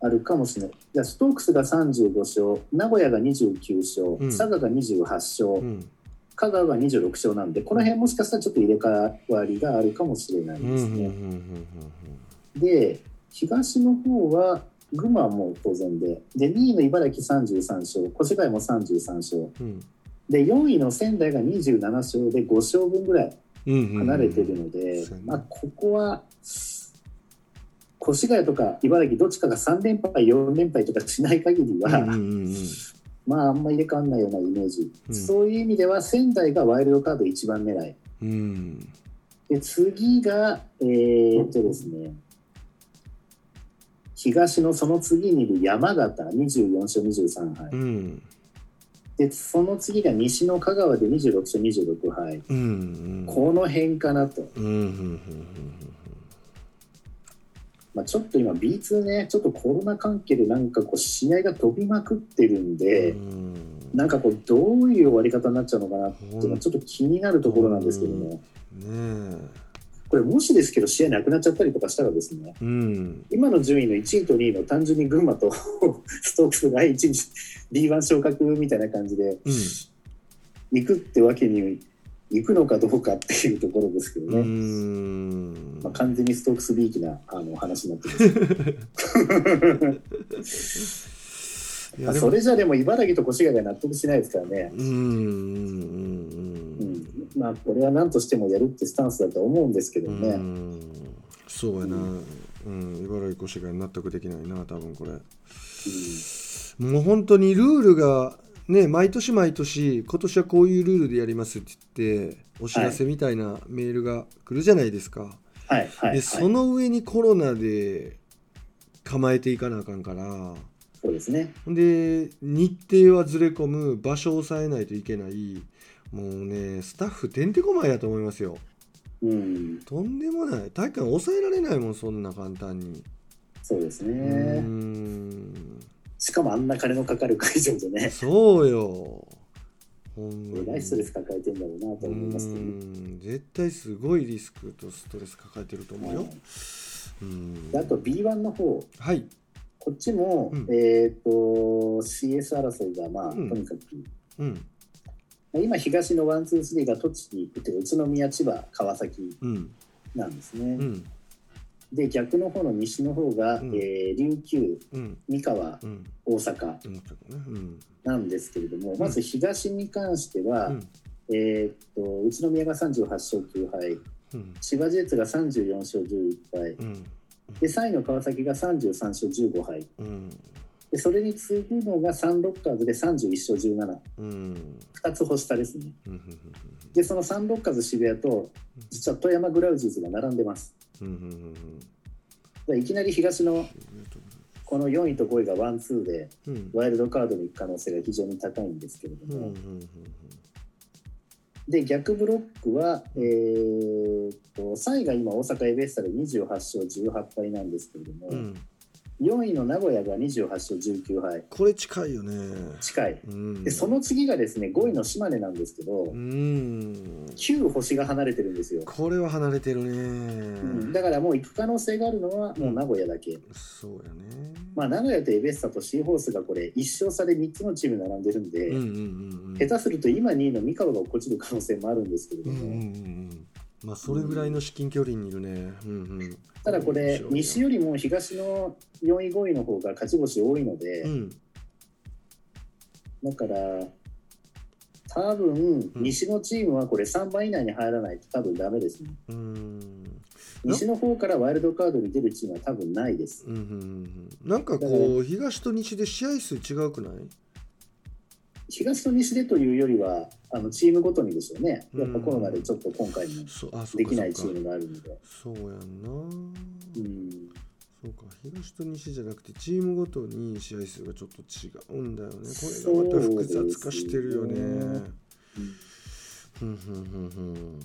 あるかもしれない。じゃあストークスが35勝、名古屋が29勝、
うん
佐賀が28勝、
うん
香川が26勝なんで、この辺もしかしたらちょっと入れ替わりがあるかもしれない
うんうん
で
うん
す
うんうん
ね。で、東の方は群馬はもう当然で、で、2位の茨城33勝、越谷も33勝、
うん
で、4位の仙台が27勝で5勝分ぐらい
うんうん
離れてるので、
そうね
まあ、ここは越谷とか茨城どっちかが3連敗4連敗とかしない限りは、
うんうんうんうん
まああんまり入れ替わんないようなイメージ、
うん
そういう意味では仙台がワイルドカード一番狙い
うん
で次がえーっとですね東のその次にいる山形24勝23敗、
うん
でその次が西の香川で26勝26敗、
うんうん
この辺かなと
うんうんうん
まあ、ちょっと今 B2 ねちょっとコロナ関係でなんかこう試合が飛びまくってる
う
ん
んう
で、
ん
なんかこうどういう終わり方になっちゃうのかなっていうの
う
は
ん
ちょっと気になるところなんですけども、
ね
これもしですけど試合なくなっちゃったりとかしたらです
え
ね
うん
今の順位の1位と2位の単純に群馬と ストークスが1位 B1 昇格みたいな感じで
うん
行くってわけに行くのかどうかっていうところですけど
う
ね、
ん
まあ、完全にストークス B きなあの話になってます。
い
ま
や
あ
で
そ
も
れじゃでも茨城と越谷が納得しないですからね、
うんうんうん
う
うん
んまあ、これは何としてもやるってスタンスだと思うんですけどね、
うんそうやな、
う
うん、茨城越谷納得できないな多分これ
う
もう本当にルールがね毎年毎年今年はこういうルールでやりますって言ってお知らせみたいなメールが来るじゃないですか、
んはいはい、は
で
い、
そ
そ
の上にコロナで構えていかなあかんから
うですね、
で日程はずれ込む場所を抑えないといけないもうねスタッフてんてこまいやと思いますよ
うん、
とんでもない体育館抑えられないもんそんな簡単に
そうです
う
ね、
ーん
しかもあんな金のかかる会場でね、
そうよほん
えらいストレス抱えてんだろうなと
うー
思いますけどね、
ん絶対すごいリスクとストレス抱えてると思うよ
はい。
うーん
であと B1 の方
はい。
こっちも、
うん
えっ、と CS 争いがまあ、
うん
とにかく
うん
今東のワンツースリーが栃木っていうか宇都宮千葉川崎
うん
なんですね、
うん
で逆の方の西の方が、
うん
えー琉球
うん
三河
うん
大阪
うんうん
なんですけれども、
ん
まず東に関しては、
うん
えーっと宇都宮が38勝9敗
うん
千葉ジェッツが34勝11敗
うん
で3位の川崎が33勝15敗
うん
でそれに次ぐのがサンロッカーズで31勝172
うんうん
つ星下ですね
うん
でそのサンロッカーズ渋谷と実は富山グラウジーズが並んでます
うんうんうんうん
だからいきなり東のこの4位と5位がワンツーで
うん
ワイルドカードに行く可能性が非常に高いんですけれど
うんう
も、
んうん
で逆ブロックは、えー、と3位が今大阪エベッサで28勝18敗なんですけれども、
うん
4位の名古屋が28勝19敗
これ近いよね。
近い
うん
でその次がですね5位の島根なんですけど、
うん
9星が離れてるんですよ、
これは離れてる
う
ね。
んだからもう行く可能性があるのはもう名古屋だけ、
そうやね。
まあ、名古屋とエベッサとシーホースがこれ1勝差で3つのチーム並んでるんで、
うんうんうんうん。
下手すると今2位の三河が落っこちる可能性もあるんですけれど
うんうん
も、
うんうんまあそれぐらいの至近距離にいるね。うんうん、
ただこれ西
よ
よりも東の4位5位の方が勝ち星多いので、
うん
だから多分
うん
西のチームはこれ3番以内に入らないと多分ダメですね、
うんうんな
西の方からワイルドカードに出るチームは多分ないです
うんうんなんかこう東と西で試合数違うくない
東と西でというよりはあのチームごとにですよねやっぱコロナでちょっと今回も
そうあそう
で
か
きないチ
そう
ー
か
ムがあるので
そうやんな、
うん
そうか東と西じゃなくてチームごとに試合数がちょっと違うんだよねこれがまた複雑化してるよね
そうですね
ふんふんふんふん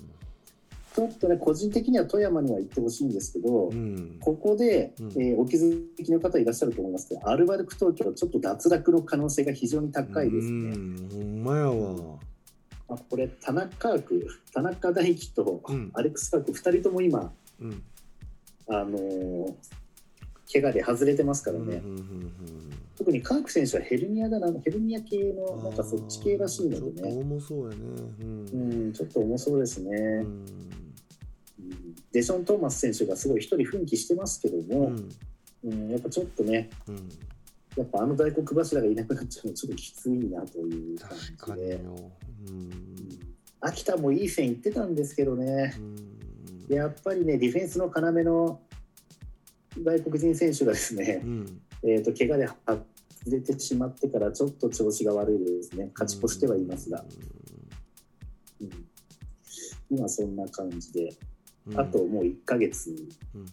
ちょっとね個人的には富山には行ってほしいんですけど、
うん
ここで、
うん
えーお気づきの方いらっしゃると思いますけどアルバルク東京ちょっと脱落の可能性が非常に高いですね。
うんほんまやわ
まあ、これ田中区田中大輝と
うん
アレックス・カーク2人とも今、
うん
あのー怪我で外れてますから
うんうん
ね、
うん
特にカーク選手はヘルニアだな、ヘルニア系
う
の、なんかそっち系らしいので
あーちょっと重
ね、
そうやね。うん。
うん、ちょっと重そうですね、
うん
うんデション・トーマス選手がすごい一人奮起してますけど
う
も、
ん
うんやっぱちょっとね、
うん、
やっぱあの大黒柱がいなくなっちゃうの、ちょっときついなという感
確か
じ
に
で、
よ。うん
秋田もいい線いってたんですけどね、
うん
やっぱりね、ディフェンスの要の外国人選手がですね、
うん
えー、と怪我で外れてしまってからちょっと調子が悪いですね勝ち越してはいますが、うん今そんな感じで、
うん
あともう1ヶ月
うん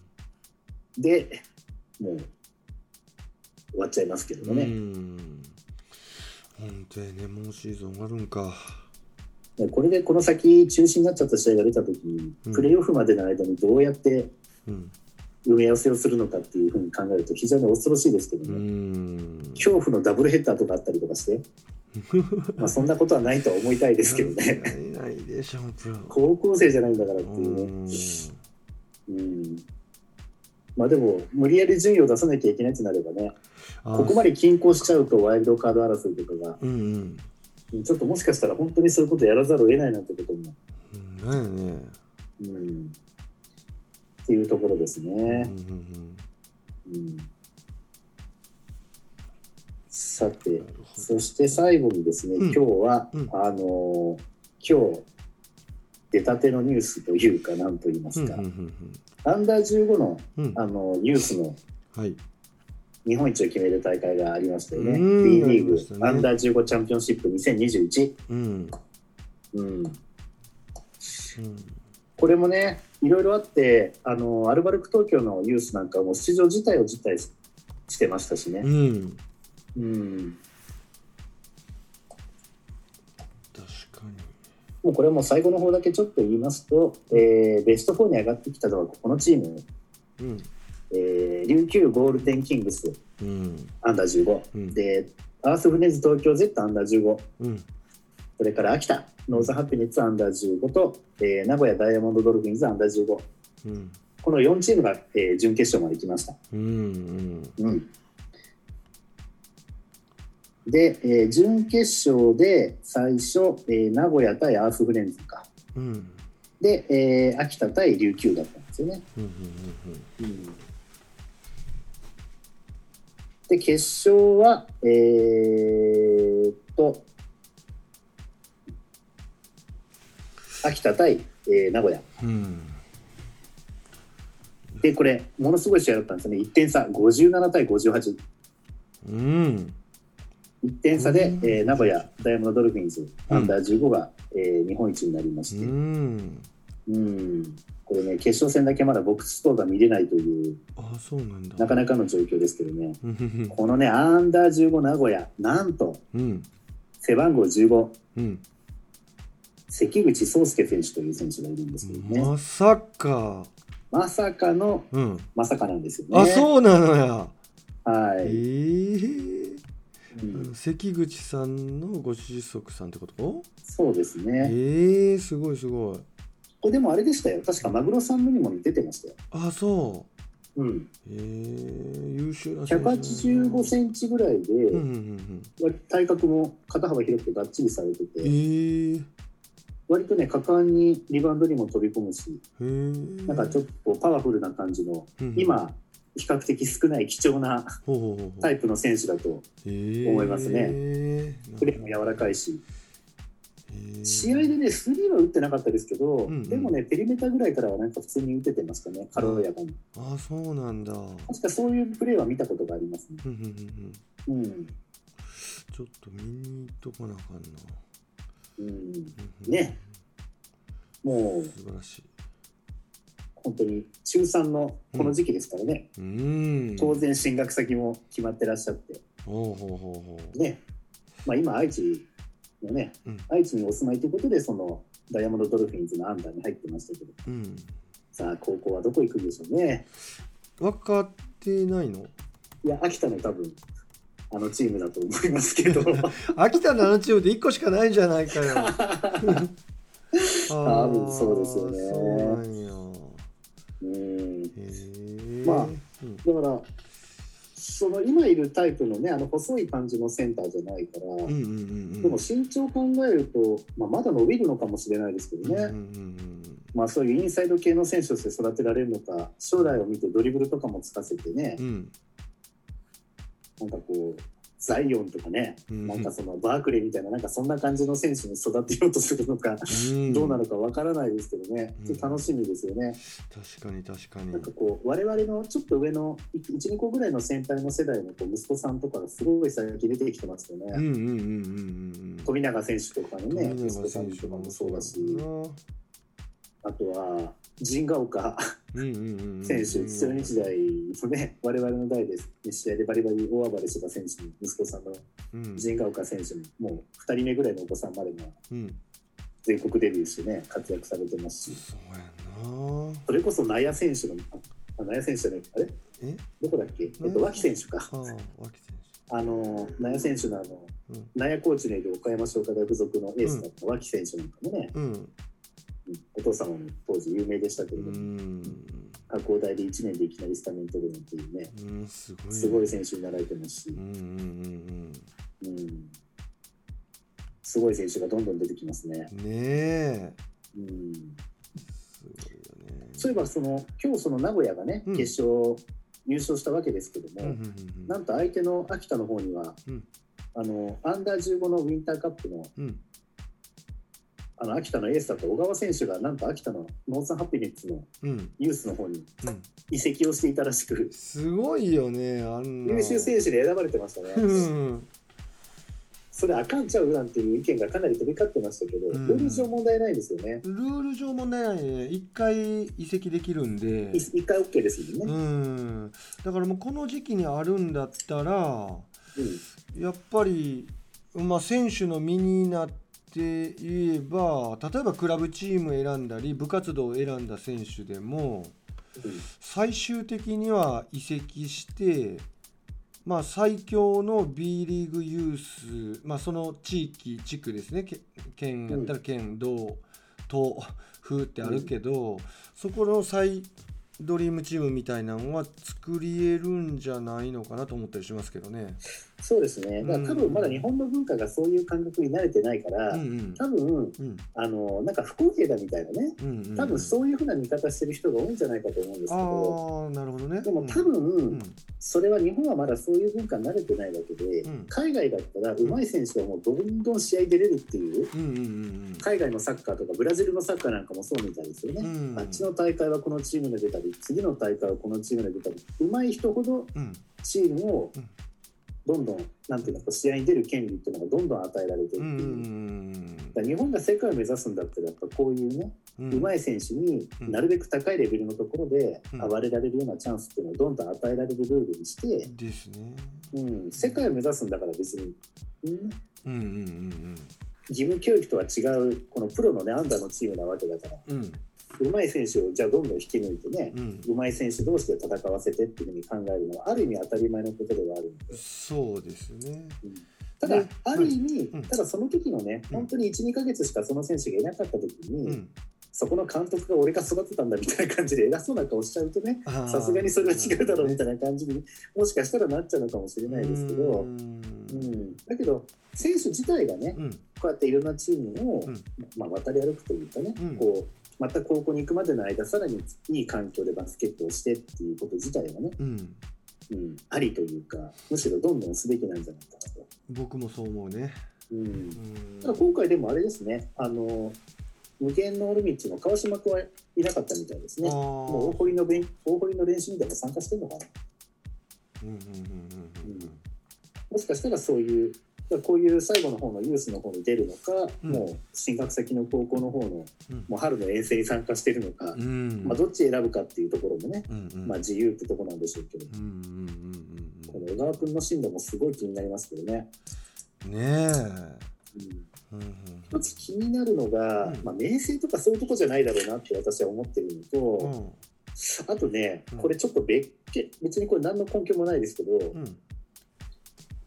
でもう終わっちゃいますけど
う
ね、
ん本当やねもうシーズン終わるんか
でこれでこの先中止になっちゃった試合が出た時に、
うん
プレーオフまでの間にどうやって
うん
埋め合わせをするのかっていうふうに考えると非常に恐ろしいですけど
う
ね、
ん
恐怖のダブルヘッダーとかあったりとかして まあそんなことはないとは思いたいですけど ね
ないないでしょプロ
高校生じゃないんだからっていうね、
うん
うんまあでも、無理やり順位を出さなきゃいけないとなればね、
あ
ここまで均衡しちゃうと、ワイルドカード争いとかが、
うんうん
ちょっともしかしたら本当にそういうことやらざるを得ないなんてことも、
うんなんやね
うん、っていうところです
うん
ね。
うん
うん、さて
うん、なるほど
そして最後にですね、
うん
今日は、
うん
あのー今日、出たてのニュースというか、なんと言いま
う
す
んう
か、
んうん
アンダー15の、
うんうん
あのニュースの
はい
日本一を決める大会がありましたよね、B
うん
リー
ありました
グ、
ね
アンダー15チャンピオンシップ2021、
うん
うん、
うん
これもね、いろいろあってあの、アルバルク東京のニュースなんかも出場自体を辞退してましたしね、
うん
うん、
確か
もうこれはもう最後の方だけちょっと言いますと、えーベスト4に上がってきたのはこのチーム、
にうん
えー琉球ゴールデンキングス、
うん
アンダー15、
うん
で、アースフレンズ東京 Z アンダー15。
うん
それから秋田、ノーザンハピネッツアンダー15と、えー名古屋ダイヤモンドドルフィンズアンダー
う
15、
ん
この4チームが、えー準決勝まで来ました。
うん
で、えー準決勝で最初、えー名古屋対アースフレンズか。
うんうん
で、えー秋田対琉球だったんですよね。
うんうんうん
で、決勝は、えーっと、秋田対、えー名古屋。
うん
で、これ、ものすごい試合だったんですよね、1点差、57対58、
うん
1点差で、
うん
えー名古屋、ダイヤモンドドルフィンズ、
うん
アンダー15が、えー日本一になりまし
う
て、うん
ん
これね、決勝戦だけまだボックススコアが見れないという、
あそうなんだ
なかなかの状況ですけどね、
うんうん
このね、アンダー15名古屋、なんと
うん
背番号15、
うん
関口壮介選手という選手がいるんですけどね、
まさか
まさかの、
うん
まさかなんですよね。
あそうなのや
は
え
い、
え
うん
関口さんのご子息さんってこと
そうですね。
ええすごいすごい
これでもあれでしたよ、確かマグロさんのにも出てましたよ。
あそ
うん
うええ優秀な選手
185センチぐらいで、
うんうんうん
割と体格も肩幅広くてばっちりされてて、
うんええ
割とね、果敢にリバウンドにも飛び込むし、
へえ
なんかちょっとパワフルな感じの、今、比較的少ない貴重な
ほうほうほうほう
タイプの選手だと、
思
いますねプレーも柔らかいし、試合でね、スリーは打ってなかったですけど、
んうん
でもね、ペリメーターぐらいからはなんか普通に打ててましたね、軽やかに。
あそうなんだ。うん
確かそういうプレーは見たことがありますね。
うんうんうん
うん
ちょっと見に行っとかなあかんな。
うん、
うんうん
ね。もう
素晴らしい。
本当に中3のこの時期ですからね、
うーん。
当。然進学先も決まってらっしゃって
ほうほうほうほう。
ね、まあ、今愛知のね、
うん
愛知にお住まいということでそのダイヤモンドドルフィンズのアンダーに入ってましたけど
うん。
さあ高校はどこ行くんでしょうね
分かってないの
いや秋田の多分あのチームだと思いますけ ど
秋田7チームで1個しかないんじゃないか よ。あ
多分そうですよね
そうなんや。
うん
へえ。
まあ
うん
だからその今いるタイプのねあの細い感じのセンターじゃないから、
うんうんうんうん
でも身長考えると、まあ、まだ伸びるのかもしれないですけどね、
うんうん
まあ、そういうインサイド系の選手として育てられるのか将来を見てドリブルとかもつかせてね
うんう、ん
なんかこうザイオンとかね、
うん
なんかそのバークレーみたいななんかそんな感じの選手に育てようとするのか、
うん
どうなるかわからないですけどね、
うん
ちょっと楽しみですよね。
確かに確かに
なんかこう我々のちょっと上の12個ぐらいの先輩の世代のこう息子さんとかがすごい最近出てきてますよね、
うんうんうんうんうんうん
富永選手とかのね
富
息
永
子さん
選手
とか
も
も
そ
そう
うだ
だ
し
し、あとは陣ヶ丘
うんうんうんうん
選手土日大のね我々の代で、ね、試合でバリバリ大暴れしてた選手に息子さんの
うん
陣ヶ丘選手にもう2人目ぐらいのお子さんまでも
うん
全国デビューしてね活躍されてますし
そうやんな
それこそ納屋選手のあ納屋選手じゃないあれ
え
どこだっけ、えっと、脇選手か。
ああ脇選
あの納谷選手のあの、
うん
納谷コーチのいる岡山商科大附属のエースだった脇選手なんかもね、
手うん
うんお父様も当時有名でしたけ
う
れども、
ん
加工大で1年でいきなりスタメン取るなんていうね、
うんすごい
すごい選手になられてますし
う、んうんうん
うんすごい選手がどんどん出てきますね
う。んねえ
うん、
すごいよね
そういえばその、今日その名古屋がね、
うん
決勝、入賞したわけですけど
うん
も、
うんうん
なんと相手の秋田の方には、
うん
あのアンダー15のウィンターカップの
うん
あの秋田のエースだった小川選手がなんと秋田のノーサンハピネッツの
うん
ユースの方に
うん
移籍をしていたらしく
すごいよねあんな
優秀選手で選ばれてましたね、
うん
それあかんちゃうなんていう意見がかなり飛び交ってましたけど、
うん
ルール上問題ないですよね
ルール上問題ないね一回移籍できるんで
い一回 OK ですもん
う
ね、
んだからもうこの時期にあるんだったら
うん
やっぱり、まあ、選手の身になって言えば例えばクラブチーム選んだり部活動を選んだ選手でも最終的には移籍して、まあ、最強の B リーグユース、まあ、その地域地区ですねけ県やったら県道と風ってあるけど、そこの最ドリームチームみたいなのは作り得るんじゃないのかなと思ったりしますけどね。
そうですねだから多分まだ日本の文化がそういう感覚に慣れてないから、
うんうん
多分
うん
あのなんか不公平だみたいなね
うんうんうん
多分そういうふうな見方してる人が多いんじゃないかと思うんですけど、
ああなるほどね。
でも多分、
うん
それは日本はまだそういう文化に慣れてないわけで、
うん
海外だったら上手い選手がもうどんどん試合出れるっていう
うんうんうん
海外のサッカーとかブラジルのサッカーなんかもそうみたいですよ
う
ね、
ん
あっちの大会はこのチームで出たり次の大会はこのチームで出たり上手い人ほど
うん
チームを
うん
どんどんなんていうのか試合に出る権利っていうのがどんどん与えられてるっていうう、
ん
だから日本が世界を目指すんだったらやっぱこういうね、
うんうん
上手い選手になるべく高いレベルのところで
うん
暴れられるようなチャンスっていうのをどんどん与えられるルールにして、
ですね。
うん、世界を目指すんだから別に、う
う
ん、
んうんうん
義務教育とは違うこのプロのねアンダーのチームなわけだから
うんうん
上手い選手をじゃあどんどん引き抜いてね
うん
上手い選手同士で戦わせてっていうふうに考えるのはある意味当たり前のことではあるんで
そうですね。
た
う
だ、
ん
ある意味、
うん
ただその時のね
うん
本当に12ヶ月しかその選手がいなかった時に、
うん
そこの監督が俺が育てたんだみたいな感じで偉そうな顔しちゃうとね
あー
さすがにそれは違うだろうみた
い
いな感じにもしかしたらなっちゃうのかもしれないですけど。
うん
うん、だけど選手自体がね、
うん
こうやっていろんなチームを、
うん
まあ、渡り歩くというかね、
うん
こうまた高校に行くまでの間さらにいい環境でバスケットをしてっていうこと自体はね、
うん
うん、ありというかむしろどんどんすべきなんじゃないかなと。
僕もそう思うね。
うん
うん
ただ今回でもあれですねあの無限のオルミッチの川島君はいなかったみたいですね。
あー
もう大堀のべん大堀の練習にでも参加してるのかな
うんうんうんうんうん
もしかしたらそういう、こういう最後の方のユースの方に出るのか、
うん
もう進学先の高校の方の、
うん
もう春の遠征に参加してるのか、
うん
まあ、どっち選ぶかっていうところもね、
うんうん
まあ、自由ってとこなんでしょうけど、
うんうんうんうん
この小川君の進路もすごい気になりますけどね。
うんねえ。
うん
うんうん
一つ気になるのが、
うん
まあ、明星とかそういうとこじゃないだろうなって私は思ってるの
う
と、
ん
あとね
うん、
これちょっと別件、別にこれ何の根拠もないですけど、
うん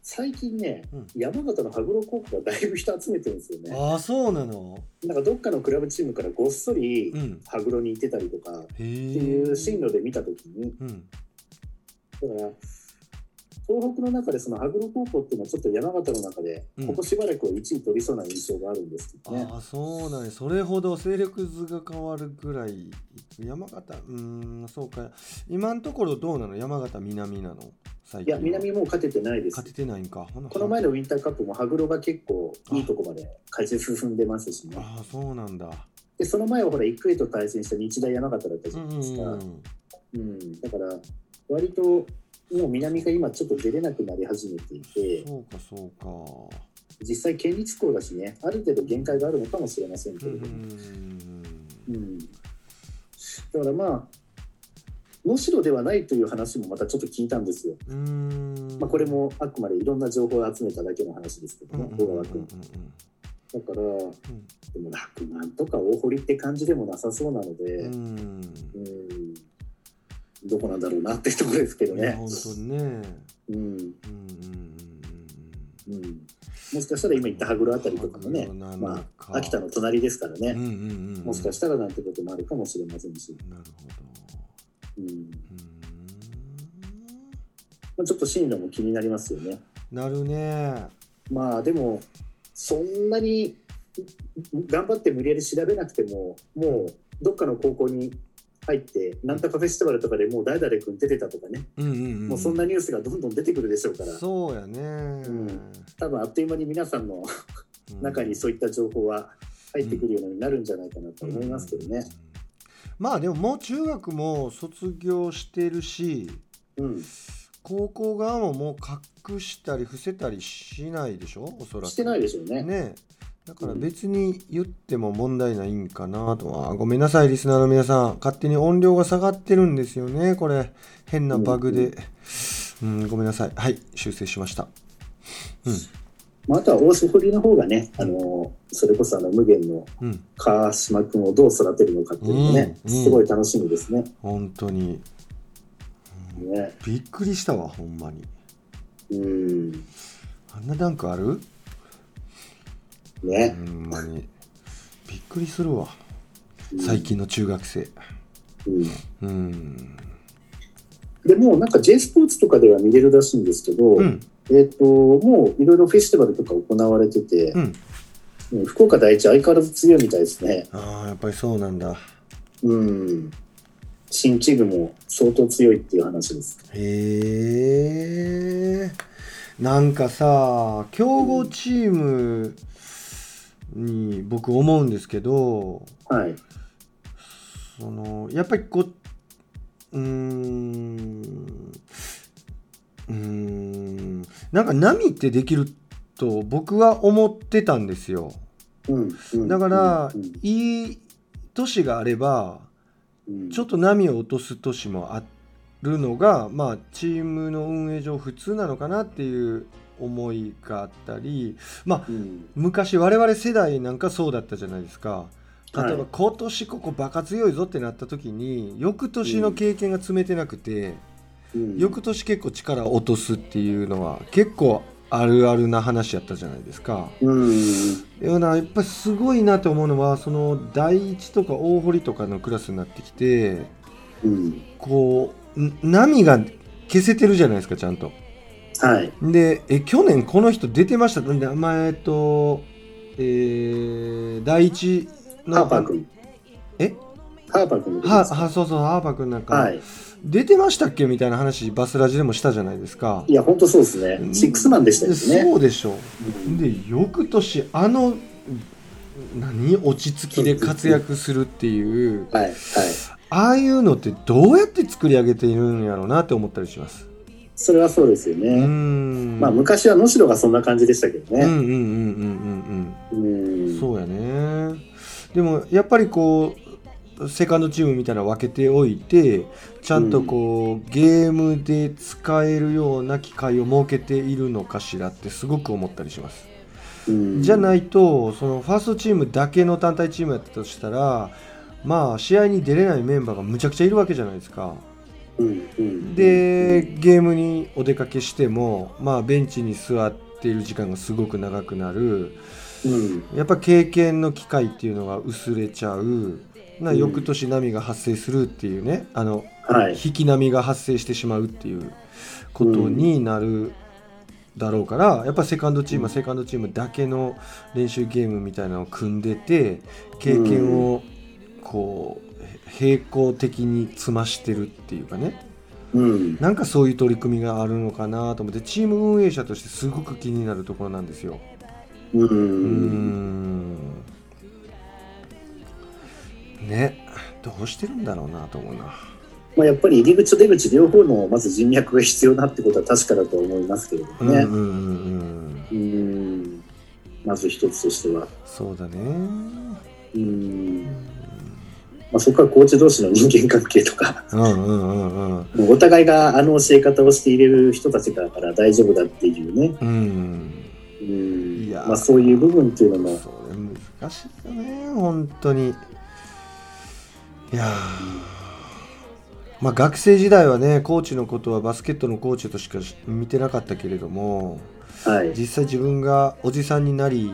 最近ね、
うん
山形の羽黒高校がだいぶ人集めてるんですよね。
ああそうなの
なんかどっかのクラブチームからごっそり
うん
羽黒に行ってたりとかっ
へ
て
え
いう進路で見たときに、
うん
だから、東北の中でそのアグロ高校っていうのはちょっと山形の中で
うん
ここしばらくは1位取りそうな印象があるんですけどね。
ああそうなんやそれほど勢力図が変わるぐらい山形うーんそうか今のところどうなの山形南なの最
い
近
や
は
南もう勝ててないです
勝。ててないんかほな
この前のウィンターカップも羽黒が結構いいとこまで勝ち進んでますしね。
ああそうなんだ
でその前はほら育英と対戦した日大山形だったじ
う
ゃ
ん
な
う
いですか。
んうん
うん、だから割ともう南が今ちょっと出れなくなり始めていて
そうかそうか
実際県立校だしねある程度限界があるのかもしれませんけ
うん
れ
うん
ども、
うん
うんだからまあ能代ではないという話もまたちょっと聞いたんですよ、
うーん
まあ、これもあくまでいろんな情報を集めただけの話ですけどね小川君だからでも
ん
洛南とか大堀って感じでもなさそうなので、
う
うん
ん
どこなんだろうなってところですけど
いや
ね
本。当にねうん
うん
うんうん
うんもしかしたら今言った羽黒あたりとかもね
羽黒な、のか
まあ、秋田の隣ですから
うんうんうんう
ね、
んうん
もしかしたらなんてこともあるかもしれませんし、
なるほど
うん
うーん
まあ、ちょっと進路も気になりますよね。
なるね
まあでも、そんなにん頑張って無理やり調べなくても、もうどっかの高校に入って、なんとかフェスティバルとかでもう誰々君出てたとかね、
うんうんうん
もうそんなニュースがどんどん出てくるでしょうから、
そうやね
ん多分あっという間に皆さんの
うん
中にそういった情報は入ってくるようになるんじゃないかなと思いますけどね。
まあでももう中学も卒業してるし
うん
高校側ももう隠したり伏せたりしないでしょおそらく
してないでしょうね。
ねだから別に言っても問題ないんかなとは、あごめんなさいリスナーの皆さん勝手に音量が下がってるんですよねこれ変なバグで、うんごめんなさいはい修正しました
まあ、あとは大瀬堀の方がね、あのそれこそあの無限の
うん
川島君をどう育てるのかっていうのもね、
うんうん
すごい楽しみですね。
本当に
ね
びっくりしたわほんまに
うん
あんなダンクある
ね
ほんまにびっくりするわ
うん
最近の中学生
うん
うん
でもうなんか J スポーツとかでは見れるらしいんですけど、
うん
えっともういろいろフェスティバルとか行われてて
う、ん
うん福岡第一相変わらず強いみたいですね。
ああやっぱりそうなんだ
うん新チグも相当強いっていう話です。
へえなんかさ強豪チームに僕思うんですけど
はい。
そのやっぱりこううーんうーんなんか波ってできると僕は思ってたんですよ
うんうん
だから、
うん
いい年があれば
うん
ちょっと波を落とす年もあるのが、まあ、チームの運営上普通なのかなっていう思いがあったり
うん
昔我々世代なんかそうだったじゃないですか例えば、
はい
今年ここバカ強いぞってなった時に翌年の経験が積めてなくて、
うん
翌年結構力を落とすっていうのは結構あるあるな話やったじゃないですか。
うん
いやなやっぱりすごいなと思うのはその第一とか大堀とかのクラスになってきて
うん
こうん波が消せてるじゃないですかちゃんと
はい。
でえ去年この人出てましたなんで前えっとえー、第一の
ハーパー君。
え
ハーパー君のこと
は
ですか
はそうそうハーパー君なんか、
はい。
出てましたっけみたいな話バスラジでもしたじゃないですか
いや、本当そうですね。シックスマンでしたよ
で
ね。
そうでしょ
うん
で翌年あの何落ち着きで活躍するっていう
はい。はい。
ああいうのってどうやって作り上げているんやろうなって思ったりします。
それはそうですよ
うー
ね。
ん
まあ、昔は能代がそんな感じでしたけど
うんうん
ね。
うんうんうん
う
うん
ん。
そうやねでもやっぱりこうセカンドチームみたいなの分けておいてちゃんとこう、ゲームで使えるような機会を設けているのかしらってすごく思ったりします。
うん
じゃないとそのファーストチームだけの単体チームやったとしたらまあ試合に出れないメンバーがむちゃくちゃいるわけじゃないですか。
うん。うん、
でゲームにお出かけしても、まあ、ベンチに座っている時間がすごく長くなる
うん。
やっぱ経験の機会っていうのが薄れちゃうな翌年波が発生するっていうねあの、
はい
引き波が発生してしまうっていうことになるだろうから、やっぱセカンドチームはセカンドチームだけの練習ゲームみたいなのを組んでて経験をこう平行的に積ましてるっていうかね
うん
なんかそういう取り組みがあるのかなと思ってチーム運営者としてすごく気になるところなんですよ。
う
うー
ん
んねどうしてるんだろうなと思うな。
まあ、やっぱり入り口と出口両方のまず人脈が必要だってことは確かだと思いますけれど
うん
も
う
ね
んう、んうん
うん、まず一つとしては、
そうだね。
うんまあ、そこはコーチ同士の人間関係とか
うんうんうんうん
もうお互いがあの教え方をしていれる人たちだから大丈夫だっていうね、
うん。
うん
いやー
まあ、そういう部分っていうのも
それ難しいよね本当に。いやーまあ学生時代はねコーチのことはバスケットのコーチとしか見てなかったけれども
はい、
実際自分がおじさんになり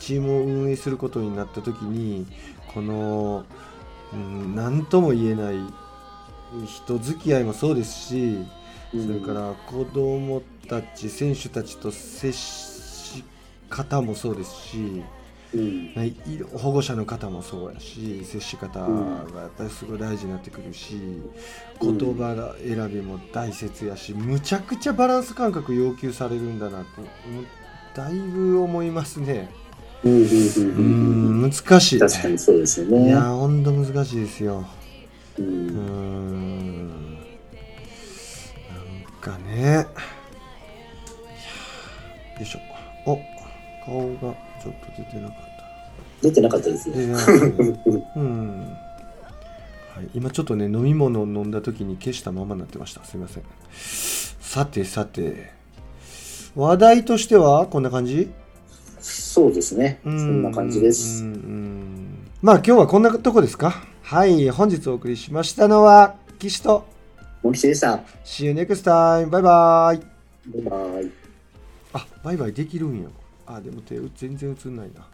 チームを運営することになった時にこのうん何とも言えない人付き合いもそうですしそれから子供たち選手たちと接し方もそうですし
うん、
ねいろ保護者の方もそうやし接し方がやっぱりすごい大事になってくるし
うん
言葉選びも大切やしむちゃくちゃバランス感覚要求されるんだなってうんだいぶ思いますね
うんうんうん
う
うんうん
ん難しい
確かにそうですよ
い
ね
や。ーほんと難しいですよ
う
うーん
ん
なんかねいやーよいしょお顔がちょっと出てなかった
出てなかったですね。
でなんかねうん、はい、今ちょっとね飲み物を飲んだ時に消したままになってましたすいませんさてさて話題としてはこんな感じ
そうですね。そ
うん
んな感じです
うん。うんまあ今日はこんなとこですかはい本日お送りしましたのは岸と
森下でした。バ
See you next time バイバイ
イバイ。
あバイバイできるんやあでも手全然映んないな